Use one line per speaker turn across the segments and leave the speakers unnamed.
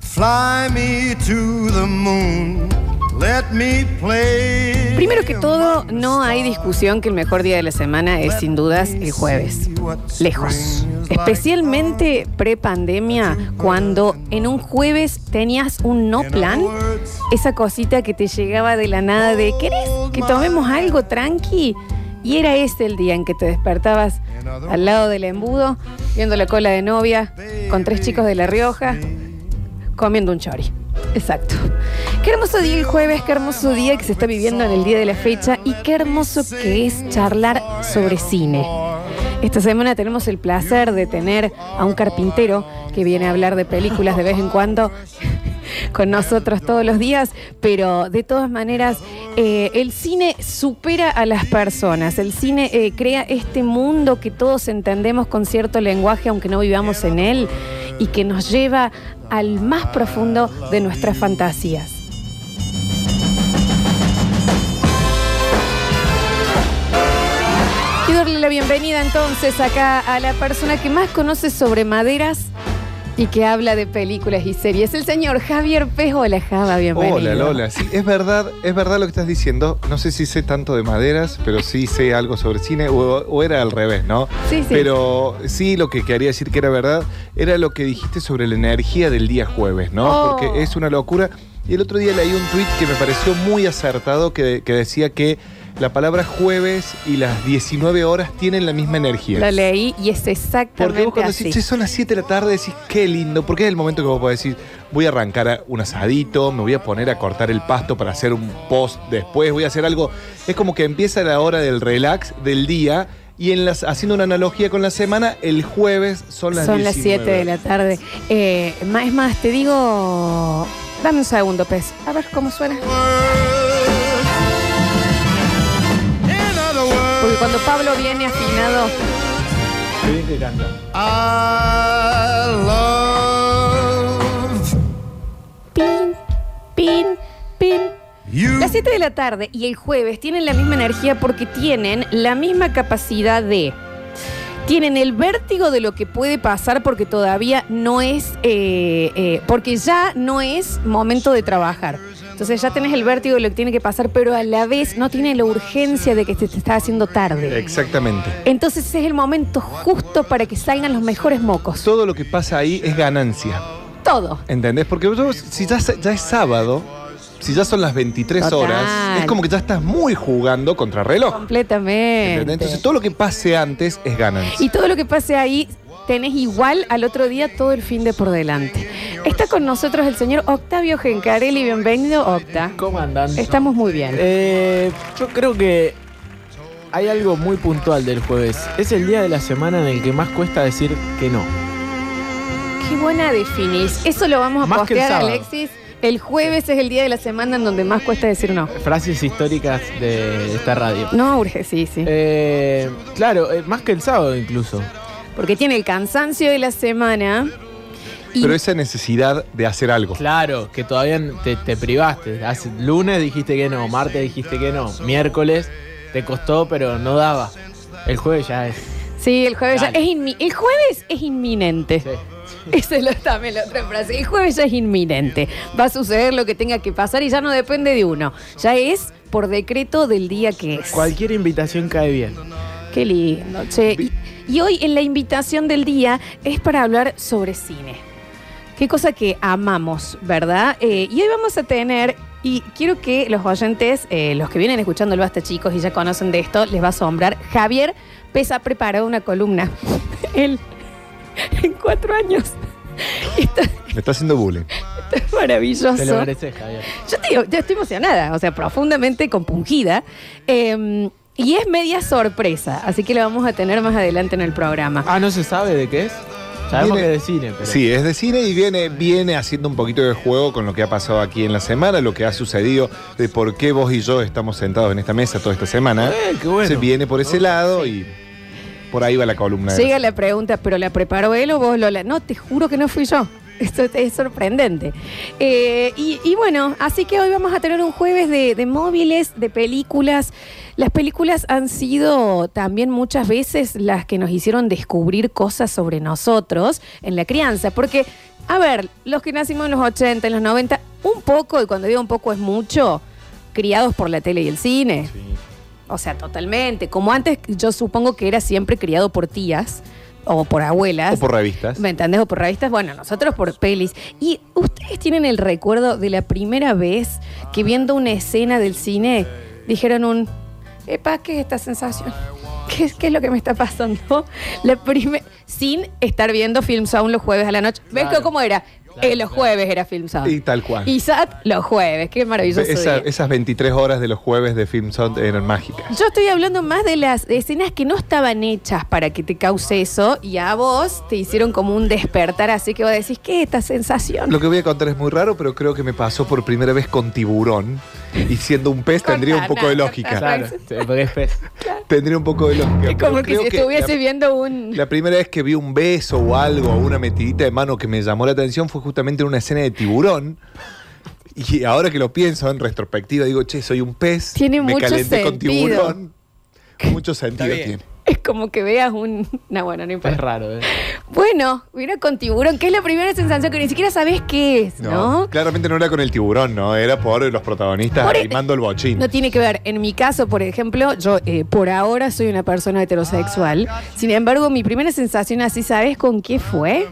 Fly me to the moon. Let me play.
Primero que todo, no hay discusión que el mejor día de la semana es sin dudas el jueves. Lejos. Especialmente pre-pandemia, cuando en un jueves tenías un no plan, esa cosita que te llegaba de la nada de ¿querés que tomemos algo tranqui? Y era ese el día en que te despertabas al lado del embudo, viendo la cola de novia, con tres chicos de La Rioja, comiendo un chori. Exacto. Qué hermoso día el jueves, qué hermoso día que se está viviendo en el día de la fecha y qué hermoso que es charlar sobre cine. Esta semana tenemos el placer de tener a un carpintero que viene a hablar de películas de vez en cuando con nosotros todos los días, pero de todas maneras eh, el cine supera a las personas, el cine eh, crea este mundo que todos entendemos con cierto lenguaje aunque no vivamos en él y que nos lleva al más profundo de nuestras fantasías. Y darle la bienvenida entonces acá a la persona que más conoce sobre maderas y que habla de películas y series, el señor Javier Pez. Hola Java, bienvenido.
Hola Lola, sí, es verdad, es verdad lo que estás diciendo. No sé si sé tanto de maderas, pero sí sé algo sobre cine, o, o era al revés, ¿no?
Sí, sí.
Pero sí, lo que quería decir que era verdad era lo que dijiste sobre la energía del día jueves, ¿no?
Oh.
Porque es una locura. Y el otro día leí un tuit que me pareció muy acertado que, que decía que la palabra jueves y las 19 horas tienen la misma energía.
Lo leí y es exactamente
Porque vos cuando
así.
decís, che, son las 7 de la tarde, decís, qué lindo, porque es el momento que vos podés decir, voy a arrancar a- un asadito, me voy a poner a cortar el pasto para hacer un post después, voy a hacer algo. Es como que empieza la hora del relax del día y en las, haciendo una analogía con la semana, el jueves son las
Son las 7 de
19.
la tarde. Eh, ma- es más, te digo. Dame un segundo, Pez. A ver cómo suena.
In other
Porque
words,
cuando Pablo viene afinado.
I love
Pin, pin, pin.
you.
Las 7 de la tarde y el jueves tienen la misma energía porque tienen la misma capacidad de. Tienen el vértigo de lo que puede pasar porque todavía no es. eh, eh, porque ya no es momento de trabajar. Entonces ya tenés el vértigo de lo que tiene que pasar, pero a la vez no tiene la urgencia de que se te está haciendo tarde.
Exactamente.
Entonces es el momento justo para que salgan los mejores mocos.
Todo lo que pasa ahí es ganancia.
Todo.
¿Entendés? Porque vos- si ya, es- ya es sábado, si ya son las 23
Total.
horas, es como que ya estás muy jugando contra reloj.
Completamente.
¿entendés? Entonces todo lo que pase antes es ganancia.
Y todo lo que pase ahí, tenés igual al otro día todo el fin de por delante. Está con nosotros el señor Octavio Gencarelli. Bienvenido, Octa.
¿Cómo andan?
Estamos muy bien.
Eh, yo creo que hay algo muy puntual del jueves. Es el día de la semana en el que más cuesta decir que no.
Qué buena definis. Eso lo vamos a
Más que el
postear,
sábado.
Alexis. El jueves es el día de la semana en donde más cuesta decir no.
Frases históricas de esta radio.
No urge, sí, sí.
Eh, claro, eh, más que el sábado incluso.
Porque tiene el cansancio de la semana. Y
Pero esa necesidad de hacer algo.
Claro, que todavía te, te privaste. Hace, lunes dijiste que no, martes dijiste que no, miércoles te costó pero no daba. El jueves ya es.
Sí, el jueves ya
Dale.
es inmi- el jueves es inminente.
sí.
Esa es la- también la otra frase. El jueves ya es inminente. Va a suceder lo que tenga que pasar y ya no depende de uno. Ya es por decreto del día que es.
Cualquier invitación cae bien.
Qué lindo, che. Y, y hoy en la invitación del día es para hablar sobre cine. Qué cosa que amamos, ¿verdad? Eh, y hoy vamos a tener, y quiero que los oyentes, eh, los que vienen escuchando el Basta Chicos y ya conocen de esto, les va a asombrar. Javier Pesa ha preparado una columna. Él, en cuatro años. Está
Me está haciendo bullying.
maravilloso.
Te lo mereces, Javier.
Yo te digo, yo estoy emocionada, o sea, profundamente compungida. eh, y es media sorpresa, así que la vamos a tener más adelante en el programa.
Ah, ¿no se sabe de qué es? Sabemos
Viene-
que es de cine, pero...
Sí, es de cine y viene, viene haciendo un poquito de juego con lo que ha pasado aquí en la semana, lo que ha sucedido, de por qué vos y yo estamos sentados en esta mesa toda esta semana.
Eh, qué bueno.
Se viene por ese
¿No?
lado y por ahí va la columna. de
Llega la pregunta, ¿pero la preparó él o vos, Lola? No, te juro que no fui yo. Esto es sorprendente. Eh, y, y bueno, así que hoy vamos a tener un jueves de, de móviles, de películas. Las películas han sido también muchas veces las que nos hicieron descubrir cosas sobre nosotros en la crianza, porque A ver, los que nacimos en los 80, en los 90, un poco, y cuando digo un poco es mucho, criados por la tele y el cine. O sea, totalmente. Como antes, yo supongo que era siempre criado por tías o por abuelas.
O por revistas.
¿Me entendés? O por revistas. Bueno, nosotros por pelis. ¿Y ustedes tienen el recuerdo de la primera vez que viendo una escena del cine dijeron un. Epa, ¿qué es esta sensación? ¿Qué, es- qué es lo que me está pasando? La primer- Sin estar viendo Film Sound los jueves a la noche. ¿Ves
Claro.
cómo era?
Claro,
Eh, los
claro.
jueves era Film Sound.
Y tal cual.
Y SAT los jueves. Qué maravilloso.
Esa-
día.
esas 23 horas de los jueves de Film Sound eran mágicas.
Yo estoy hablando más de las escenas que no estaban hechas para que te cause eso y a vos te hicieron como un despertar, así que vos decís, ¿qué es esta sensación?
Lo que voy a contar es muy raro, pero creo que me pasó por primera vez con tiburón. Y siendo un pez tendría un poco de lógica.
Claro, sí, porque es pez.
Tendría un poco de lógica.
es
pero
como que
creo
si estuviese
la-
viendo un...
La primera vez que vi un beso o algo, o una metidita de mano que me llamó la atención fue justamente en una escena de tiburón. Y ahora que lo pienso en retrospectiva, digo, che, soy un pez.
Tiene
me
mucho
calenté con
sentido.
tiburón. Mucho sentido
bien.
tiene.
Es como que veas un... No, bueno, no
Es
importa.
raro, ¿eh?
Bueno, mira con tiburón, que es la primera sensación que ni siquiera sabés qué es, ¿no?
No, Claramente no era con el tiburón, ¿no? Era por los protagonistas
Por el-
animando el bochín.
No tiene que ver. En mi caso, por ejemplo, yo eh, por ahora soy una persona heterosexual. Sin embargo, mi primera sensación así, ¿sabes con qué fue?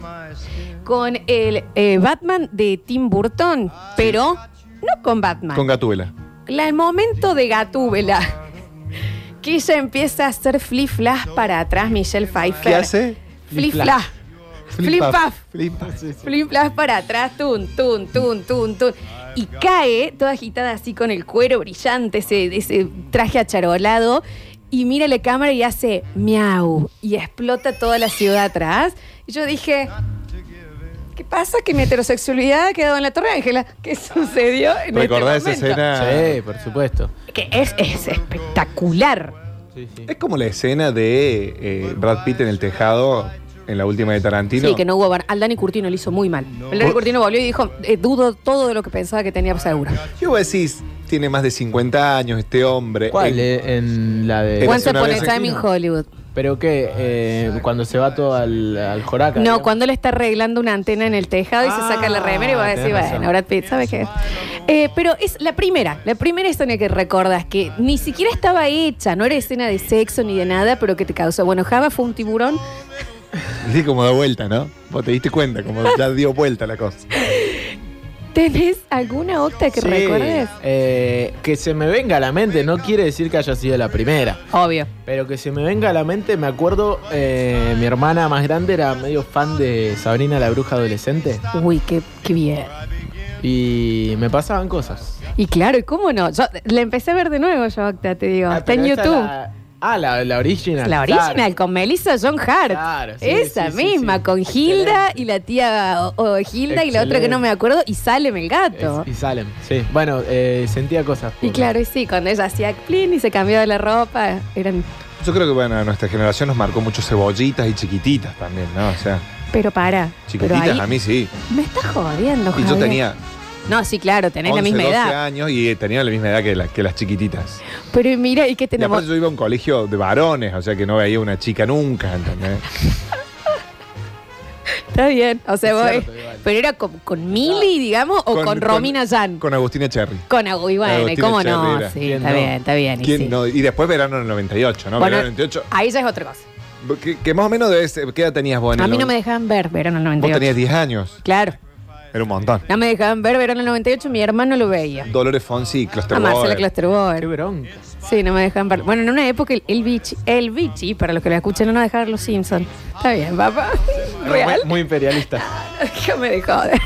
Con el eh, Batman de Tim Burton, pero no con Batman.
Con Gatuela.
La- el momento de Gatúbela. Que ella empieza a hacer flip-flash para atrás, Michelle Pfeiffer.
¿Qué hace?
Flip-flash. Flip-flap.
Flipa.
Flimflas para atrás, tun, tun, tun, tun, tun. Y cae toda agitada así con el cuero brillante, ese, ese traje acharolado. Y mira la cámara y hace miau. Y explota toda la ciudad atrás. Y yo dije, ¿qué pasa? Que mi heterosexualidad ha quedado en la Torre Ángela. ¿Qué sucedió en
¿Recordás
este
esa
momento?
escena?
Sí, por supuesto.
Que es, es espectacular.
Sí, sí.
Es como la escena de eh, Brad Pitt en el tejado en la última de Tarantino.
Sí, que no hubo... bar- Al Dani Curtino le hizo muy mal. El Dani Curtino volvió y dijo, eh, dudo todo de lo que pensaba que tenía seguro.
Yo vos decís, tiene más de 50 años este hombre.
¿Cuál?
Eh,
eh? En la de.
Era
Once
una
Upon
vez
a Time in
aquí, ¿no?
Hollywood.
¿Pero qué? Eh, cuando se va todo al, al Joraca.
No,
digamos.
cuando le está arreglando una antena en el tejado y se
Ah,
saca la remera y va a decir,
tenés razón.
bueno, Brad Pitt, ¿sabes qué? Eh, pero es la primera, la primera escena que recordas, que ni siquiera estaba hecha, no era escena de sexo ni de nada, pero que te causó. Bueno, Java fue un tiburón.
Sí, como da vuelta, ¿no? Vos te diste cuenta, como ya dio vuelta la cosa.
¿Tenés alguna octa que
Sí,
recuerdes?
eh, que se me venga a la mente, no quiere decir que haya sido la primera.
Obvio.
Pero que se me venga a la mente, me acuerdo, eh, mi hermana más grande era medio fan de Sabrina la Bruja Adolescente.
Uy, qué, qué bien.
Y me pasaban cosas.
Y claro, ¿y cómo no? Yo la empecé a ver de nuevo yo, Octa, te digo.
Ah,
está en
pero esta
YouTube.
la- ah, la, la original.
La
claro.
original con Melissa John Hart.
Claro, sí,
Esa
sí, sí,
misma,
sí.
con Hilda
Excelente.
y la tía o- o Hilda y la otra que no me acuerdo y sale el gato.
Es- y salen, sí. Bueno, eh, sentía cosas.
Y
por-
claro, y sí, cuando ella hacía plin y se cambió de la ropa, eran
Yo creo que, bueno, a nuestra generación nos marcó mucho cebollitas y chiquititas también, ¿no? O sea,
pero para. Pero
chiquititas
ahí,
a mí sí.
me estás jodiendo,
Y yo
Javier.
tenía
No, sí, claro, tenés la
11,
misma
12
edad.
años y eh, tenía la misma edad que, la- que las chiquititas.
Pero mira, y que este
Y aparte
tenemos.
yo iba a un colegio de varones, o sea que no veía una chica nunca, ¿entendés?
Está bien. O sea,
Es
vos-
cierto, igual.
Pero era con, con Mili, digamos, o con, Romina Jan. Con,
Con Agustina Cherry.
Agu- y bueno,
Agustina
¿cómo no?
Echeverría.
Sí,
¿Quién
está
no?
bien, está bien. y
¿Quién
sí.
no? Y después verano del 98, ¿no?
Bueno,
verano del 98.
Ahí ya es otra cosa.
Que, que más o menos debe ser- ¿qué edad tenías vos en
A
el
mí no me
90?
dejaban ver verano del
Vos
98.
tenías 10 años.
Claro,
Era un montón.
no me dejaban ver verano del 98, mi hermano lo veía.
Dolores Fonsi y
A
Clusterboy.
Ah, Marcela
Qué
Clusterboard.
bronca.
Sí, no me dejaban ver. Bueno, en una época el, el bichi, el bichi, para los que lo escuchan, no nos dejaba ver los Simpsons. Está bien, papá. Real,
Muy, muy imperialista.
déjame de joder.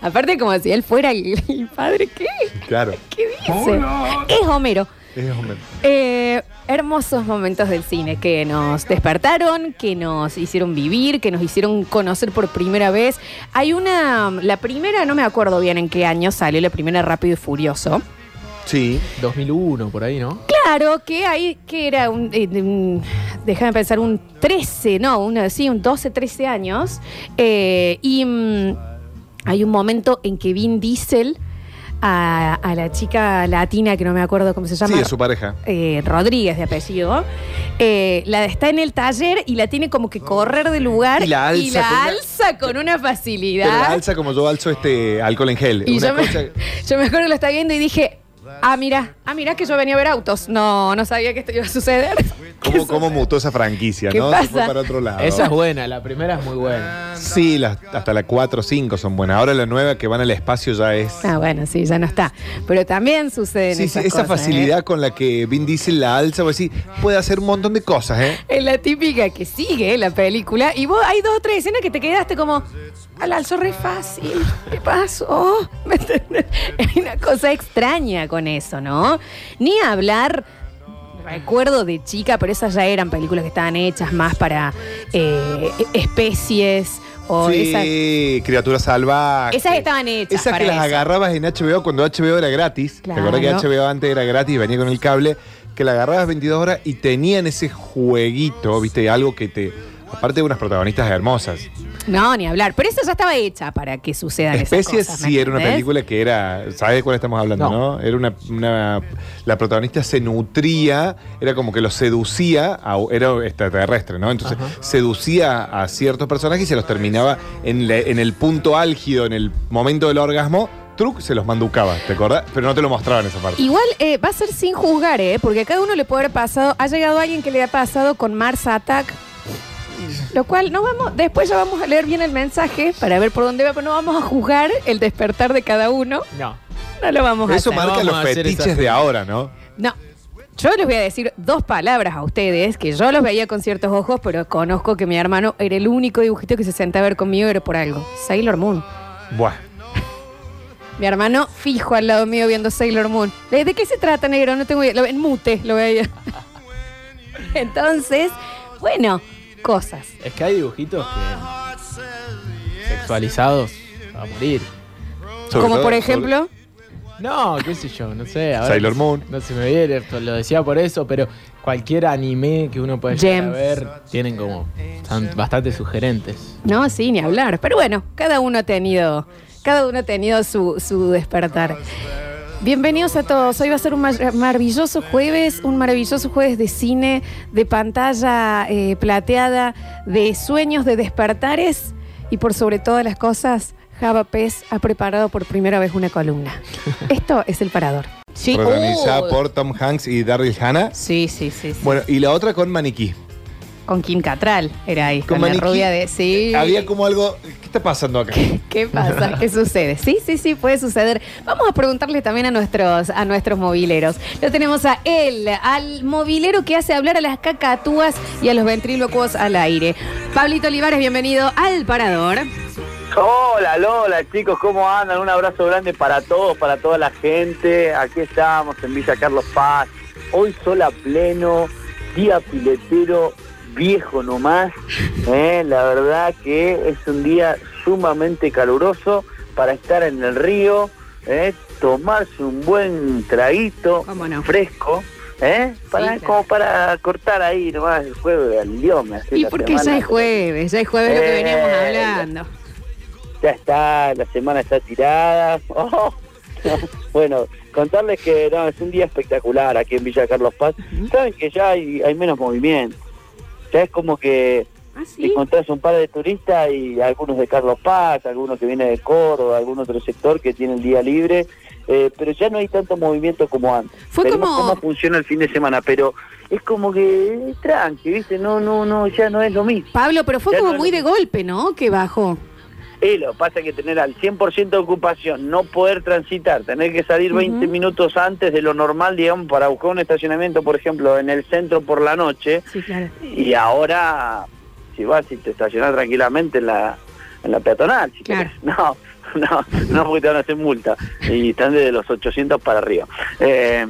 Aparte, como si él fuera el, el padre, ¿qué?
Claro.
¿Qué dice? Es Homero.
Es hombre.
Eh, hermosos momentos del cine que nos despertaron, que nos hicieron vivir, que nos hicieron conocer por primera vez. Hay una, la primera, no me acuerdo bien en qué año salió, la primera Rápido y Furioso.
Sí.
2001, por ahí, ¿no?
Claro, que ahí, que era un, eh, de un- déjame pensar, un 13, no, una, sí, un 12, 13 años. Eh, y mm, hay un momento en que Vin Diesel a, a la chica latina que no me acuerdo cómo se llama.
Sí, es su pareja.
eh, Rodríguez de apellido, eh, la está en el taller y la tiene como que correr de lugar
Y la alza
y la
con una-
alza con una facilidad.
Pero la alza como yo alzo este alcohol en gel.
y
Una
yo me,
cosa-
yo me acuerdo que lo estaba viendo y dije, ah, mira, ah, mira que yo venía a ver autos. No, no sabía que esto iba a suceder. ¿Qué
¿Cómo, cómo mutó esa franquicia,
¿Qué
no? Se fue
pasa?
para otro lado.
Esa es buena, la primera es muy buena.
Sí, las- hasta la 4 o 5 son buenas. Ahora la nueva que van al espacio ya es.
sucede? Ah, bueno, sí, ya no está. Pero también suceden
Sí, sí,
esas
esa
cosas, ¿eh?
facilidad con la que Vin Diesel la alza, o así, puede hacer un montón de cosas, ¿eh?
¿eh? Es la típica que sigue la película y vos hay dos o tres escenas que te quedaste como, al alzo re fácil, ¿qué pasó? ¿Me entendés? Hay una cosa extraña con eso, ¿no? Ni hablar recuerdo de chica, pero esas ya eran películas que estaban hechas más para eh, especies o esas.
sí, criaturas salvajes.
Esas estaban hechas.
Esas
para
que las
eso.
agarrabas en HBO cuando HBO era gratis.
Claro.
¿Te acordás que HBO antes era gratis, venía con el cable? Que la agarrabas 22 horas y tenían ese jueguito, ¿viste? Algo que te. Aparte de unas protagonistas hermosas.
No, ni hablar. Pero esa ya estaba hecha para que sucedan
Especies
esas cosas. ¿me
sí era una
entendés?
película que era. ¿Sabes de cuál estamos hablando, no?
No.
Era una, una- La protagonista se nutría, era como que los seducía, a- era extraterrestre, ¿no? Entonces
Ajá.
seducía a ciertos personajes y se los terminaba en, la- en el punto álgido, en el momento del orgasmo. Truc se los manducaba, ¿te acordás? Pero no te lo mostraban esa parte.
Igual eh, va a ser sin juzgar, ¿eh? Porque a cada uno le puede haber pasado. Ha llegado alguien que le ha pasado con Mars Attack. Lo cual, no vamos. Después ya vamos a leer bien el mensaje para ver por dónde va, pero no vamos a juzgar el despertar de cada uno.
No.
No lo vamos a
Eso
hacer.
marca
Vamos
los
a hacer esa-
fetiches de ahora, ¿no?
No. Yo les voy a decir dos palabras a ustedes, que yo los veía con ciertos ojos, pero conozco que mi hermano era el único dibujito que se sentaba a ver conmigo, era por algo. Sailor Moon.
Buah.
Mi hermano fijo al lado mío viendo Sailor Moon. Le- ¿De qué se trata, negro? No tengo idea. Lo, en mute lo veía. Entonces, bueno, cosas.
Es que hay dibujitos que. sexualizados a morir.
Sobre
Como
todo-
por
sobre-
ejemplo,
No, qué sé yo, no sé. ahora-
Sailor Moon.
No se me viene, esto, lo decía por eso, pero cualquier anime que uno pueda llegar a
Gem.
ver tienen como. Están bastante sugerentes.
no, sí, ni hablar. Pero bueno, cada uno ha tenido, cada uno ha tenido su, su despertar. Bienvenidos a todos. Hoy va a ser un mar- maravilloso jueves, un maravilloso jueves de cine, de pantalla eh, plateada, de sueños, de despertares y por sobre todas las cosas, Java Pez ha preparado por primera vez una columna. Esto es El Parador. Sí, Uh.
Protagonizada por Tom Hanks y Daryl Hannah.
sí, sí, sí. sí.
Bueno, y la otra con maniquí.
Con Kim Catral era ahí,
Con
con, la
maniquí.
rubia de... Sí.
Había como algo. ¿Qué está pasando acá?
¿Qué pasa? ¿Qué sucede? Sí, sí, sí, puede suceder. Vamos a preguntarle también a nuestros, a nuestros mobileros. Lo tenemos a él, al mobilero que hace hablar a las cacatúas y a los ventrílocuos al aire. Pablito Olivares, bienvenido al Parador.
Hola Lola, chicos, ¿cómo andan? Un abrazo grande para todos, para toda la gente. Aquí estamos en Villa Carlos Paz. Hoy sol a pleno, día piletero, viejo nomás. Eh, La verdad que es un día sumamente caluroso para estar en el río, eh, tomarse un buen traguito
¿Cómo no?
fresco. ¿Eh? Para,
claro.
Como para cortar ahí nomás el juego del león. me hace
Y
la
porque ya
semana.
es jueves, ya es jueves lo que
Eh,
veníamos hablando.
Ya está, la semana está tirada. Oh. Bueno, contarles que no, es un día espectacular aquí en Villa Carlos Paz. Saben que ya hay, hay menos movimiento. Ya es como que
Ah,
te
sí.
encontrás un par de turistas y algunos de Carlos Paz, algunos que vienen de Córdoba, algún otro sector que tiene el día libre. eh, pero ya no hay tanto movimiento como antes.
Fue
Veremos
como-
cómo funciona el fin de semana, pero es como que eh, tranqui, ¿viste? No, no, no, ya no es lo mismo.
Pablo, pero fue
Ya
como
no-
muy de golpe, ¿no? Que bajó.
Y Eh, lo que pasa es que tener al 100% de ocupación, no poder transitar, tener que salir 20
Ujú.
minutos antes de lo normal, digamos, para buscar un estacionamiento, por ejemplo, en el centro por la noche,
Sí, claro.
y ahora, si vas y te estacionás tranquilamente en la, en la peatonal, si
Claro.
querés. No, no, no, porque te van a hacer multa, y están desde los 800 para arriba. Eh,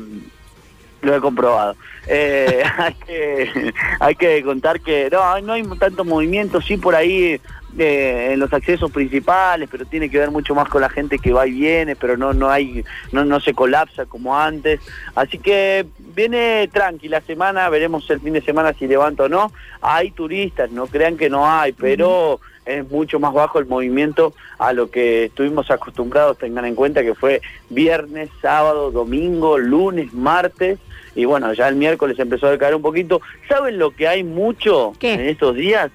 lo he comprobado. Eh, hay, que, hay que contar que no, no hay tanto movimiento, sí por ahí eh, en los accesos principales, pero tiene que ver mucho más con la gente que va y viene, pero no, no hay, no, no se colapsa como antes. Así que viene tranquila semana, veremos el fin de semana si levanta o no. Hay turistas, no crean que no hay, pero es mucho más bajo el movimiento a lo que estuvimos acostumbrados, tengan en cuenta que fue viernes, sábado, domingo, lunes, martes, y bueno, ya el miércoles empezó a decaer un poquito. ¿Saben lo que hay mucho
¿Qué?
en estos días?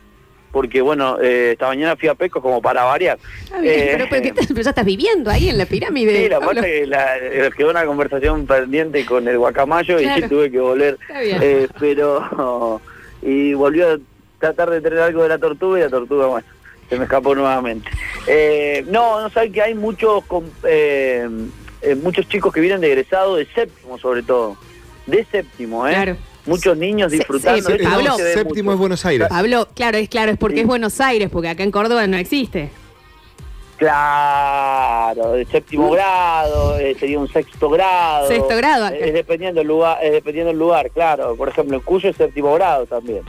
Porque bueno, eh, esta mañana fui a Pesco como para variar.
Está Ah, bien,
Eh,
pero, pero ¿qué tal? Pero ya estás viviendo ahí en la pirámide.
Sí, la
Pablo.
pasa que la- eh, quedó una conversación pendiente con el guacamayo y
Claro.
sí tuve que volver.
Está bien.
Eh, pero. Y volvió a tratar de tener algo de la tortuga y la tortuga, bueno, se me escapó nuevamente. Eh, no, no saben que hay muchos, com- eh, eh, muchos chicos que vienen de egresado, de séptimo sobre todo. De séptimo, ¿eh?
Claro.
Muchos niños
Sí,
disfrutando.
sí,
esto no
Pablo.
se ve
Séptimo
mucho.
es Buenos Aires.
Pablo, claro, es claro, es porque
Sí.
es Buenos Aires, porque acá en Córdoba no existe.
Claro, de séptimo grado, eh, sería un sexto grado.
Sexto grado acá.
Eh, Es dependiendo el lugar, es dependiendo el lugar, claro. Por ejemplo, en Cuyo es séptimo grado también.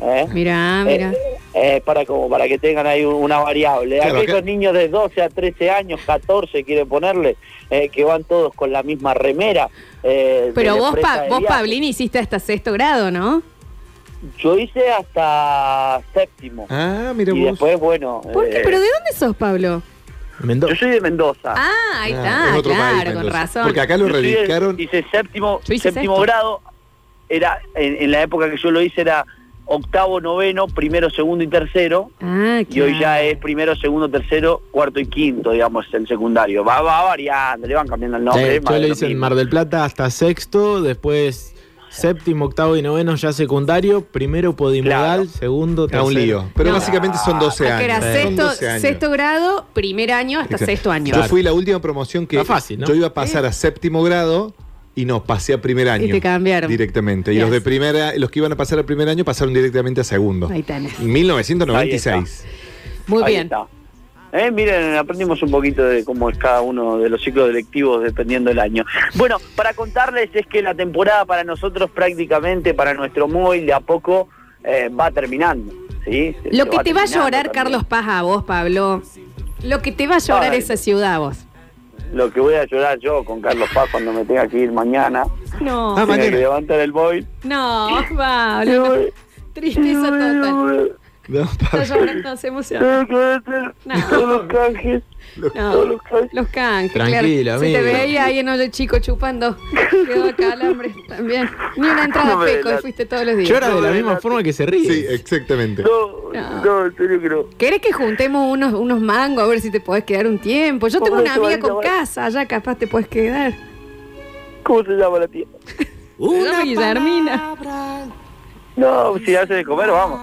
¿eh?
Mirá,
Eh,
mirá.
eh, para como para que tengan ahí un- una variable.
Claro,
Aquellos
acá-
niños de 12 a 13 años, 14 quieren ponerle, eh, que van todos con la misma remera. eh, de
Pero
la
vos,
empresa
Pa-
de
vos
viaje.
Pablini, hiciste hasta sexto grado, ¿no?
Yo hice hasta séptimo.
Ah, mira
y
vos.
después, bueno.
¿Por qué?
eh,
¿Pero de dónde sos, Pablo?
Yo
Mendoza.
soy de Mendoza.
Ah, ahí
Ah, es
está,
otro país,
claro, con
entonces.
razón.
Porque acá lo
Yo soy de-
radicaron.
Hice séptimo,
Yo hice
séptimo
sexto.
grado. Era en, en la época que yo lo hice era octavo, noveno, primero, segundo y tercero.
Ah,
Y hoy ya
claro.
es primero, segundo, tercero, cuarto y quinto, digamos, el secundario. Va, va variando, le van cambiando el
Sí,
nombre. es más
yo
de
lo
lo
hice en
mismo.
Mar del Plata hasta sexto, después séptimo, octavo y noveno ya secundario, primero podimodal,
Claro.
segundo,
Era
tercero.
un lío. Pero
No.
básicamente son 12
Acá
años.
Ah, era
Son
sexto,
12 años.
sexto grado, primer año hasta
Exacto.
sexto año.
Yo fui la última promoción que
Está fácil, ¿no?
yo iba a pasar a séptimo grado y no, pasé a primer año.
Y te cambiaron.
Directamente. Y los de
Yes.
primera, los que iban a pasar a primer año pasaron directamente a segundo.
Ahí tenés.
1996.
Muy
Ahí
bien.
está. Eh, miren, aprendimos un poquito de cómo es cada uno de los ciclos electivos dependiendo del año. Bueno, para contarles es que la temporada para nosotros prácticamente, para nuestro móvil, de a poco eh, va terminando. ¿sí? Se-
Lo
se
que te va a
terminando
llorar,
también.
Carlos Paz, a vos, Pablo. Lo que te va a llorar
Ay.
esa ciudad, a vos.
Lo que voy a llorar yo con Carlos Paz cuando me tenga que ir mañana.
No,
Ah,
tenga que
mañana.
levantar el móvil.
no, Pablo. Tristeza total.
No,
Está
Pablo.
llorando, se emociona.
Tengo que hacer
No.
todos los canjes.
No, los canjes.
Tranquilo,
claro. Se te
amigo.
veía ahí en hoyo chico chupando. Quedó calambre también. Ni una entrada
No
a
me
peco y
delates.
fuiste todos los días.
Llora de la misma forma que se ríe.
Sí, exactamente.
No,
No.
no, en serio que no.
¿Querés que juntemos unos, unos mangos a ver si te podés quedar un tiempo? Yo tengo
Pobre
una amiga
chavalito,
con
bueno.
casa, allá capaz te podés quedar.
¿Cómo se llama la tía?
Una Guillermina.
No, si hace de comer, vamos.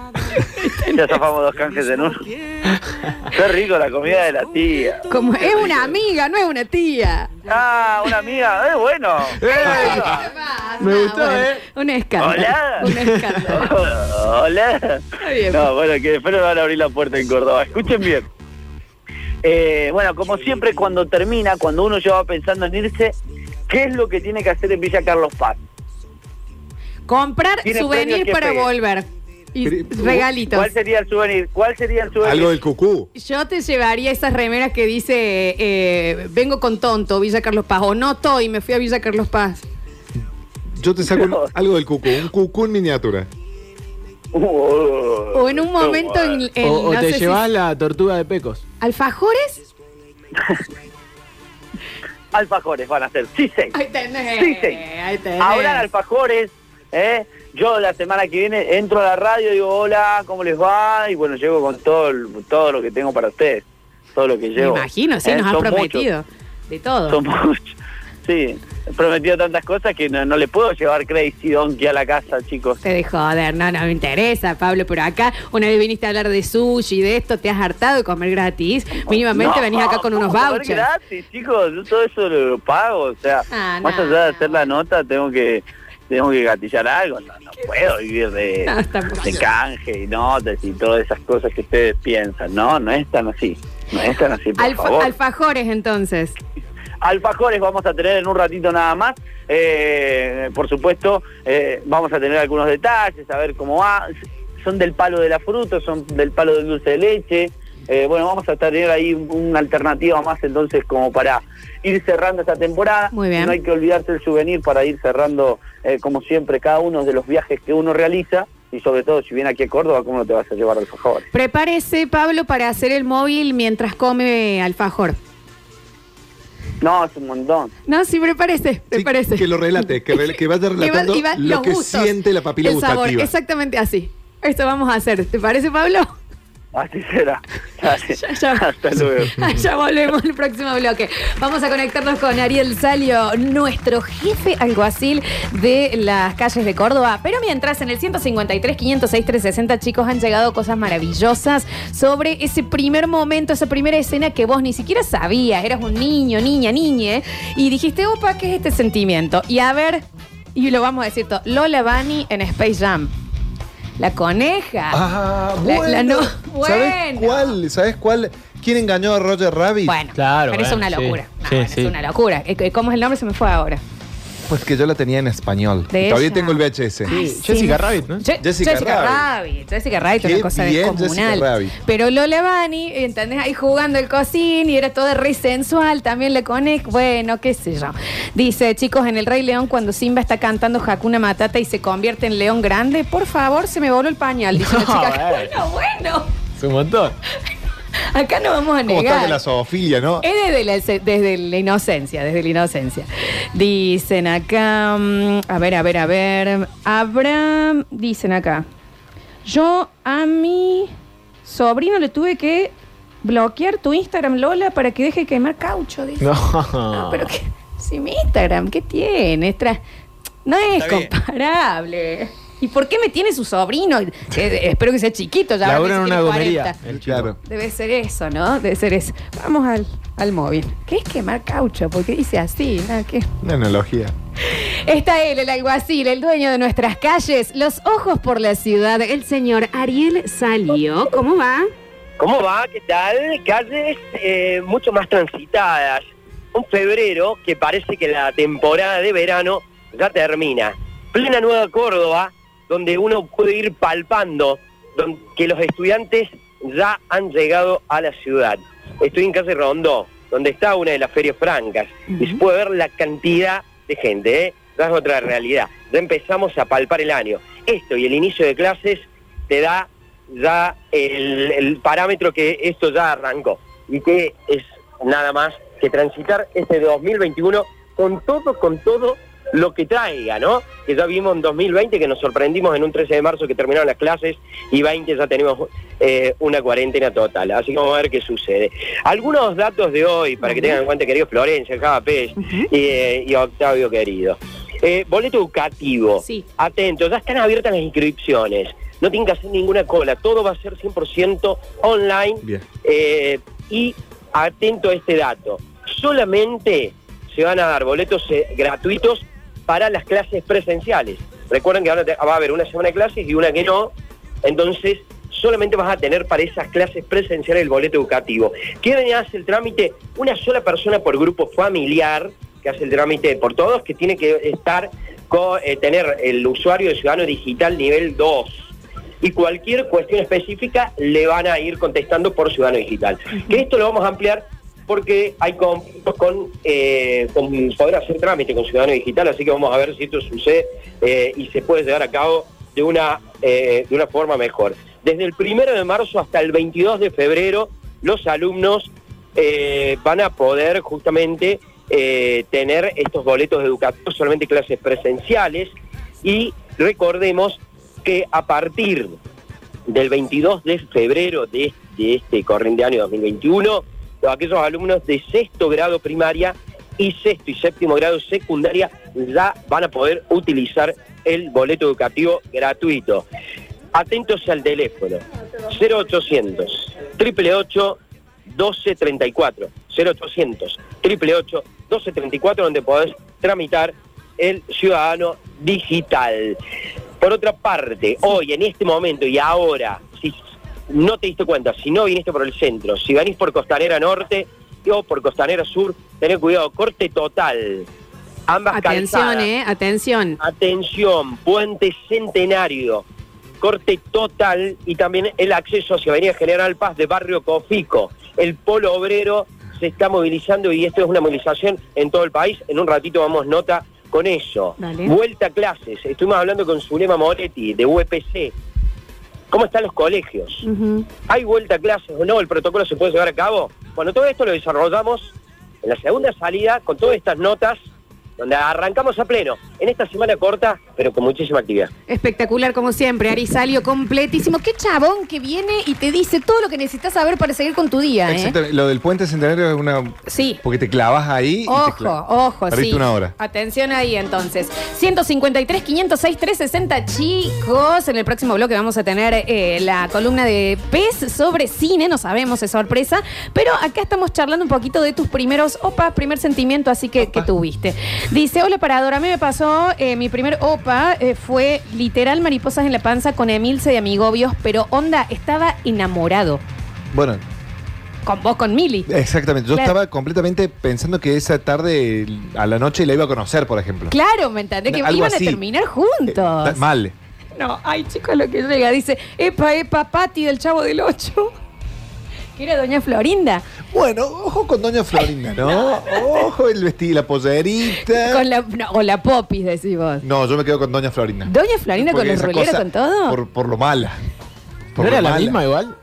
ya zafamos dos canjes en uno. Qué rico la comida de la tía.
Como es una amiga, no es una tía.
Ah, una amiga, es bueno.
¿Qué pasa?
Me gustó, ¿eh?
Un escándalo.
Hola.
Un escándalo.
Hola.
bien.
No, bueno, que después nos van a abrir la puerta en Córdoba. Escuchen bien. Eh, bueno, como siempre, cuando termina, cuando uno ya va pensando en irse, ¿qué es lo que tiene que hacer en Villa Carlos Paz?
Comprar
Tiene premio
souvenir
que
para
pegue.
volver. Y
Pero-
regalitos.
¿Cuál sería el souvenir? ¿Cuál sería el souvenir?
Algo del cucú.
Yo te llevaría esas remeras que dice eh, vengo con tonto, Villa Carlos Paz, o no estoy, me fui a Villa Carlos Paz.
Yo te saco un- algo del cucú. Un cucú en miniatura.
Uh,
O en un momento en, en-
o o
no
te
sé si-
llevas la tortuga de Pecos.
¿Alfajores?
Alfajores van a ser, sí, seis.
Ahí tenés.
Sí, sí.
Ahí tenés.
Hablan alfajores, ¿eh? Yo la semana que viene entro a la radio y digo, hola, ¿cómo les va? Y bueno, llego con todo, el- todo lo que tengo para ustedes, todo lo que
Me
llevo.
imagino, sí,
¿Eh?
nos has
Son
prometido. De todo.
muchos, son muchos. Sí, he prometido tantas cosas que no, no le puedo llevar Crazy Donkey a la casa, chicos.
Te de joder, no, no me interesa, Pablo, pero acá una vez viniste a hablar de sushi, de esto, te has hartado de comer gratis. Mínimamente
Oh, No,
venís acá con unos
comer
vouchers.
gratis, chicos, yo todo eso lo, lo pago, o sea,
Ah,
más
no.
allá de hacer la nota, tengo que tengo que gatillar algo, no, no puedo vivir de,
No, estamos-
de Este canje y notas y todas esas cosas que ustedes piensan, no, no es tan así, no es tan así, por
Alfa-
favor.
alfajores, entonces.
Alfajores vamos a tener en un ratito nada más. Eh, por supuesto, eh, vamos a tener algunos detalles, a ver cómo va. Son del palo de la fruta, son del palo del dulce de leche. Eh, bueno, vamos a tener ahí un- una alternativa más entonces como para ir cerrando esta temporada.
Muy bien.
No hay que olvidarse el souvenir para ir cerrando, eh, como siempre, cada uno de los viajes que uno realiza. y sobre todo si viene aquí a Córdoba, ¿cómo no te vas a llevar alfajores?
Prepárese, Pablo, para hacer el móvil mientras come alfajor.
No, es un montón.
No, sí, prepárese,
Sí,
prepárese.
que lo relate, que, rel- que vaya
Y va-
relatando
y va-
lo
los
que
gustos,
siente la papila
el sabor,
gustativa.
exactamente así. Eso vamos a hacer. ¿Te parece, Pablo?
Así será. Dale.
Ya, ya.
Hasta luego.
ya volvemos al próximo bloque. Vamos a conectarnos con Ariel Salio, nuestro jefe alguacil de las calles de Córdoba. Pero mientras en el 153, 506, 360, chicos, han llegado cosas maravillosas sobre ese primer momento, esa primera escena que vos ni siquiera sabías. Eras un niño, niña, niñe. Y dijiste, opa, ¿qué es este sentimiento? Y a ver, y lo vamos a decir todo: Lola Bunny en Space Jam. La coneja.
Ah,
La-
bueno.
la no-
¿Sabes
bueno.
cuál? ¿Sabes cuál? ¿Quién engañó a Roger Rabbit? eh,
Bueno,
Claro,
pero eso es
bueno,
una
sí,
locura. No,
sí,
no, eso
sí.
Es una locura. Eh, ¿Cómo es el nombre? Se me fue ahora.
Pues que yo la tenía en español.
De
Y Todavía
ella.
tengo el VHS.
Ay,
Sí, Jessica Rabbit, ¿no?
Je-
Jessica
Jessica, Rabbit.
Rabbit.
Jessica Rabbit,
Qué
una cosa
bien
descomunal.
Jessica Rabbit.
Pero Lola Bunny, ¿entendés? Ahí jugando el cocín y era todo re sensual. También le conecto. Bueno, qué sé yo. Dice, chicos, en El Rey León, cuando Simba está cantando Hakuna Matata y se convierte en león grande, por favor, se me voló el pañal. Dice la
No,
Ah,
chica.
eh.
Bueno,
bueno.
bueno.
Es un montón.
Acá no vamos a
Como
negar.
está de la zoofilia, ¿no?
Es desde la, desde la inocencia, desde la inocencia. Dicen acá, mm, a ver, a ver, a ver. Abraham, dicen acá, yo a mi sobrino le tuve que bloquear tu Instagram, Lola, para que deje de quemar caucho. Dice.
No.
Ah, pero que, si mi Instagram, ¿qué tiene? Es tra- no es
Está bien.
comparable. ¿Y por qué me tiene su sobrino? Eh, eh, espero que sea chiquito, ya
Labura en
ahora dice que
una
tiene
gomería.
40.
El chico.
Claro.
Debe ser eso, ¿no? Debe ser eso. Vamos al, al móvil. ¿Qué es quemar caucho? Porque dice así, nada que.
Una analogía.
Está él, el alguacil, el dueño de nuestras calles, los ojos por la ciudad, el señor Ariel Salio. ¿Cómo va?
¿Cómo va? ¿Qué tal? Calles eh, mucho más transitadas. Un febrero que parece que la temporada de verano ya termina. Plena Nueva Córdoba, donde uno puede ir palpando don- que los estudiantes ya han llegado a la ciudad. Estoy en Calle Rondó, donde está una de las ferias francas, y se puede ver la cantidad de gente, ¿eh? Ya es otra realidad. Ya empezamos a palpar el año. Esto y el inicio de clases te da ya el, el parámetro que esto ya arrancó y que es nada más que transitar este 2021 con todo, con todo lo que traiga, ¿no? Que ya vimos en 2020 que nos sorprendimos en un 13 de marzo que terminaron las clases y 20 ya tenemos eh, una cuarentena total. Así que vamos a ver qué sucede. Algunos datos de hoy, para que tengan en cuenta, querido Florencia, Java Pérez y, eh, y Octavio querido. Eh, boleto educativo.
Sí.
Atentos, ya están abiertas las inscripciones. No tienen que hacer ninguna cola, todo va a ser 100% online.
Bien.
Eh, y atento a este dato, solamente se van a dar boletos eh, gratuitos para las clases presenciales. Recuerden que ahora te- va a haber una semana de clases y una que no, entonces solamente vas a tener para esas clases presenciales el boleto educativo. ¿Quién hace el trámite? Una sola persona por grupo familiar que hace el trámite por todos, que tiene que estar con, eh, tener el usuario de Ciudadano Digital nivel 2 y cualquier cuestión específica le van a ir contestando por Ciudadano Digital. Que esto lo vamos a ampliar porque hay conflictos con, eh, con poder hacer trámite con Ciudadano Digital, así que vamos a ver si esto sucede eh, y se puede llevar a cabo de una, eh, de una forma mejor. Desde el primero de marzo hasta el 22 de febrero, los alumnos eh, van a poder justamente eh, tener estos boletos educativos, solamente clases presenciales, y recordemos que a partir del 22 de febrero de, de este corriente año 2021, aquellos alumnos de sexto grado primaria y sexto y séptimo grado secundaria ya van a poder utilizar el boleto educativo gratuito. Atentos al teléfono 0800 888 1234 0800 888 1234 donde podés tramitar el ciudadano digital. Por otra parte, hoy, en este momento y ahora, si no te diste cuenta, si no viniste por el centro, si venís por Costanera Norte o por Costanera Sur, tened cuidado, corte total. Ambas
Atención,
calzadas.
eh, atención.
Atención, puente centenario, corte total y también el acceso hacia Avenida General Paz de Barrio Cofico. El polo obrero se está movilizando y esto es una movilización en todo el país. En un ratito vamos nota con eso.
Dale.
Vuelta a clases. Estuvimos hablando con Zulema Moretti de UPC. ¿Cómo están los colegios?
Ujú.
¿Hay vuelta a clases o no? ¿El protocolo se puede llevar a cabo? Bueno, todo esto lo desarrollamos en la segunda salida con todas estas notas donde arrancamos a pleno. En esta semana corta, pero con muchísima actividad.
Espectacular como siempre, Arisalio, completísimo. Qué chabón que viene y te dice todo lo que necesitas saber para seguir con tu día, ¿eh?
Exactamente. Lo del puente centenario es una.
Sí.
Porque te clavas ahí. y te
Ojo,
clavas.
ojo,
Perdiste
sí. Ah.
una hora.
Atención ahí entonces. 153, 506, 360, chicos. En el próximo bloque vamos a tener eh, la columna de PES sobre cine, no sabemos, es sorpresa. Pero acá estamos charlando un poquito de tus primeros opas, primer sentimiento así que, que tuviste. Dice, hola parador, a mí me pasó, eh, mi primer opa eh, fue literal mariposas en la panza con Emilce de Amigobios, pero onda, estaba enamorado.
Bueno,
Con vos, con Mili.
exactamente. Yo
Claro.
estaba completamente pensando que esa tarde a la noche la iba a conocer, por ejemplo.
Claro, ¿me entendés? Que
Algo
iban
así.
a terminar
Eh, da-
juntos.
Mal.
No, ay chicos, lo que llega. Dice, epa, epa, Pati del Chavo del Ocho. Que era Doña Florinda.
Bueno, ojo con Doña Florinda, ¿no? Ojo el vestido, la pollerita.
Con la, no, o la Popis, decís vos.
No, yo me quedo con Doña Florinda.
Doña Florinda con
Porque
los
esa
ruleros,
cosa,
con todo.
Por, por lo mala. Por
¿No
lo
era la
mala.
misma igual?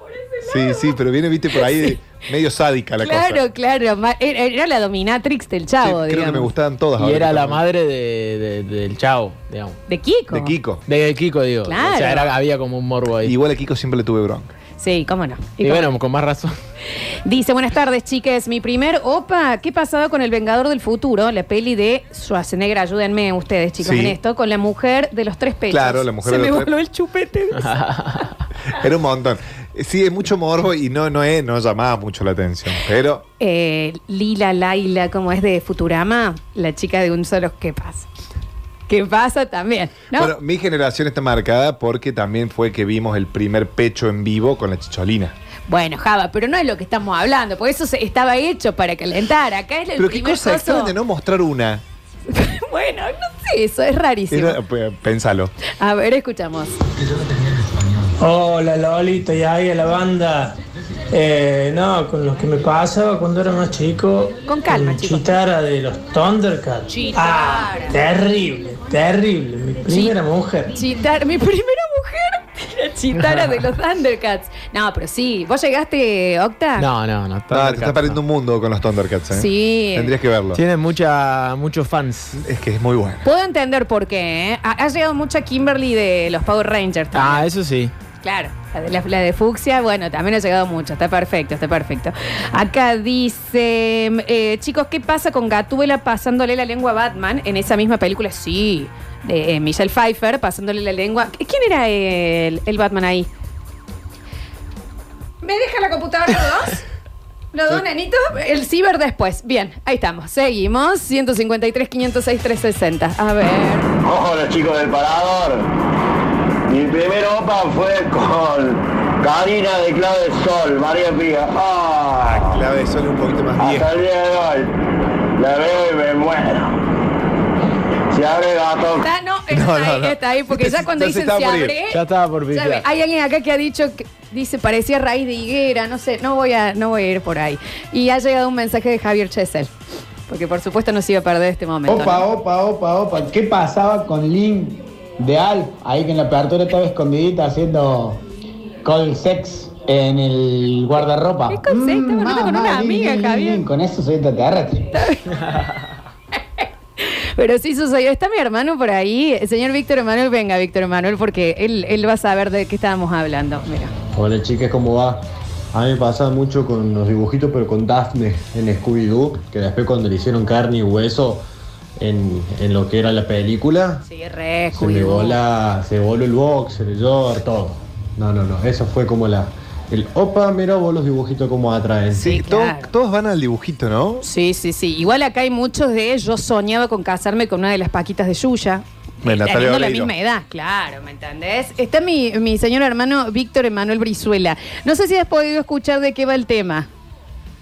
Sí, sí, pero viene, viste, por ahí de- medio sádica la cosa.
claro, claro. ma- Era, era la dominatrix del
Sí,
Chavo,
creo que
digamos.
me gustaban todas.
Y
ahora
era
que
la
estamos-
madre de- de- del chavo, digamos.
De Kiko.
De Kiko.
De Kiko, digo.
Claro.
O sea, era- había como un morbo ahí.
Igual a Kiko siempre le tuve bronca.
Sí, cómo no. Y
Y,
cómo-
bueno, con más razón.
Dice, buenas tardes, chiques. Mi primer opa, ¿qué pasado con El Vengador del Futuro? La peli de Schwarzenegger, ayúdenme ustedes, chicos,
Sí.
en esto, con la mujer de los tres pechos.
Claro, la mujer
Se
de
me
los tres-
voló el chupete.
Era un montón. Sí, es mucho morbo y no, no, es, no llamaba mucho la atención. Pero
Eh, Lila Laila, como es de Futurama, la chica de un solo ¿qué pasa? ¿Qué pasa también? ¿no?
bueno, mi generación está marcada porque también fue que vimos el primer pecho en vivo con la chicholina.
Bueno, Java, pero no es lo que estamos hablando, porque eso se- estaba hecho para calentar. Acá es el
Pero qué
primer
cosa
coso.
extraña de no mostrar una.
bueno, no sé, eso es rarísimo.
Era- p- pensalo.
A ver, escuchamos.
Hola Lolito y ahí a la banda. Eh, no, con lo que me pasaba cuando era más chico.
Con calma, chico.
Chitara de los Thundercats.
Chitara.
Ah, terrible, terrible. Mi primera mujer.
Chitar, mi primera mujer era Chitara de los Thundercats. No, pero sí, vos llegaste, Octa.
No, no, no.
Ah, te estás perdiendo un mundo con los Thundercats, ¿eh?
Sí.
Tendrías que verlo.
Tiene mucha, muchos fans.
Es que es muy bueno.
Puedo entender por qué. ¿eh? Ha, ha llegado mucha Kimberly de los Power Rangers. también.
Ah, eso sí.
Claro, la de, la, la de fucsia, bueno, también ha llegado mucho, está perfecto, está perfecto. Acá dice, eh, chicos, ¿qué pasa con Gatúbela pasándole la lengua a Batman en esa misma película? Sí, de eh, Michelle Pfeiffer pasándole la lengua. ¿Quién era el, el Batman ahí? ¿Me deja la computadora los dos? Los dos nenitos, el ciber después. Bien, ahí estamos. Seguimos. 153, 506, 360. A ver.
Hola chicos del parador. Mi primer OPA fue con Karina de Clave del Sol, María Pía. Ah,
Clave de sol es un poquito más
hasta
vieja.
el día de hoy. La veo y me muero. Se abre gato.
Está, Ah, no, está
No, no,
ahí,
no.
está ahí, porque ya cuando
Ya se
dicen
estaba
se
por ir.
abre,
Ya estaba por
Ya ve,
picar.
Hay alguien acá que ha dicho que dice parecía raíz de higuera, no sé, no voy a, no voy a ir por ahí. Y ha llegado un mensaje de Javier Chesel, porque por supuesto no se iba a perder este momento.
Opa,
¿no?
oh,
opa, opa, opa. ¿Qué pasaba con Link de Alf? Ahí que en la apertura estaba escondidita haciendo call sex en el guardarropa. Mm,
¿Qué call sex? Estaba hablando con una amiga, Javier.
Con eso soy extraterrestre.
Pero sí sucedió. Está mi hermano por ahí, el señor Víctor Emanuel. Venga, Víctor Emanuel, porque él, él va a saber de qué estábamos hablando. Mira.
Hola chicas, ¿cómo va? A mí me pasaba mucho con los dibujitos, pero con Daphne en Scooby-Doo, que después cuando le hicieron carne y hueso en, en lo que era la película,
Sí, re,
se le,
cuidado.
vola, se voló el box, se le llor, todo. No, no, no, eso fue como la... El opa, mira vos los dibujitos como atraen.
Sí,
Todo-
claro.
Todos van al dibujito, ¿no?
Sí, sí, sí. Igual acá hay muchos de yo soñaba con casarme con una de las paquitas de Yuya.
De Natalia
Teniendo la
Oreiro.
misma edad, claro, ¿me entendés? Está mi, mi señor hermano Víctor Emanuel Brizuela. No sé si has podido escuchar de qué va el tema.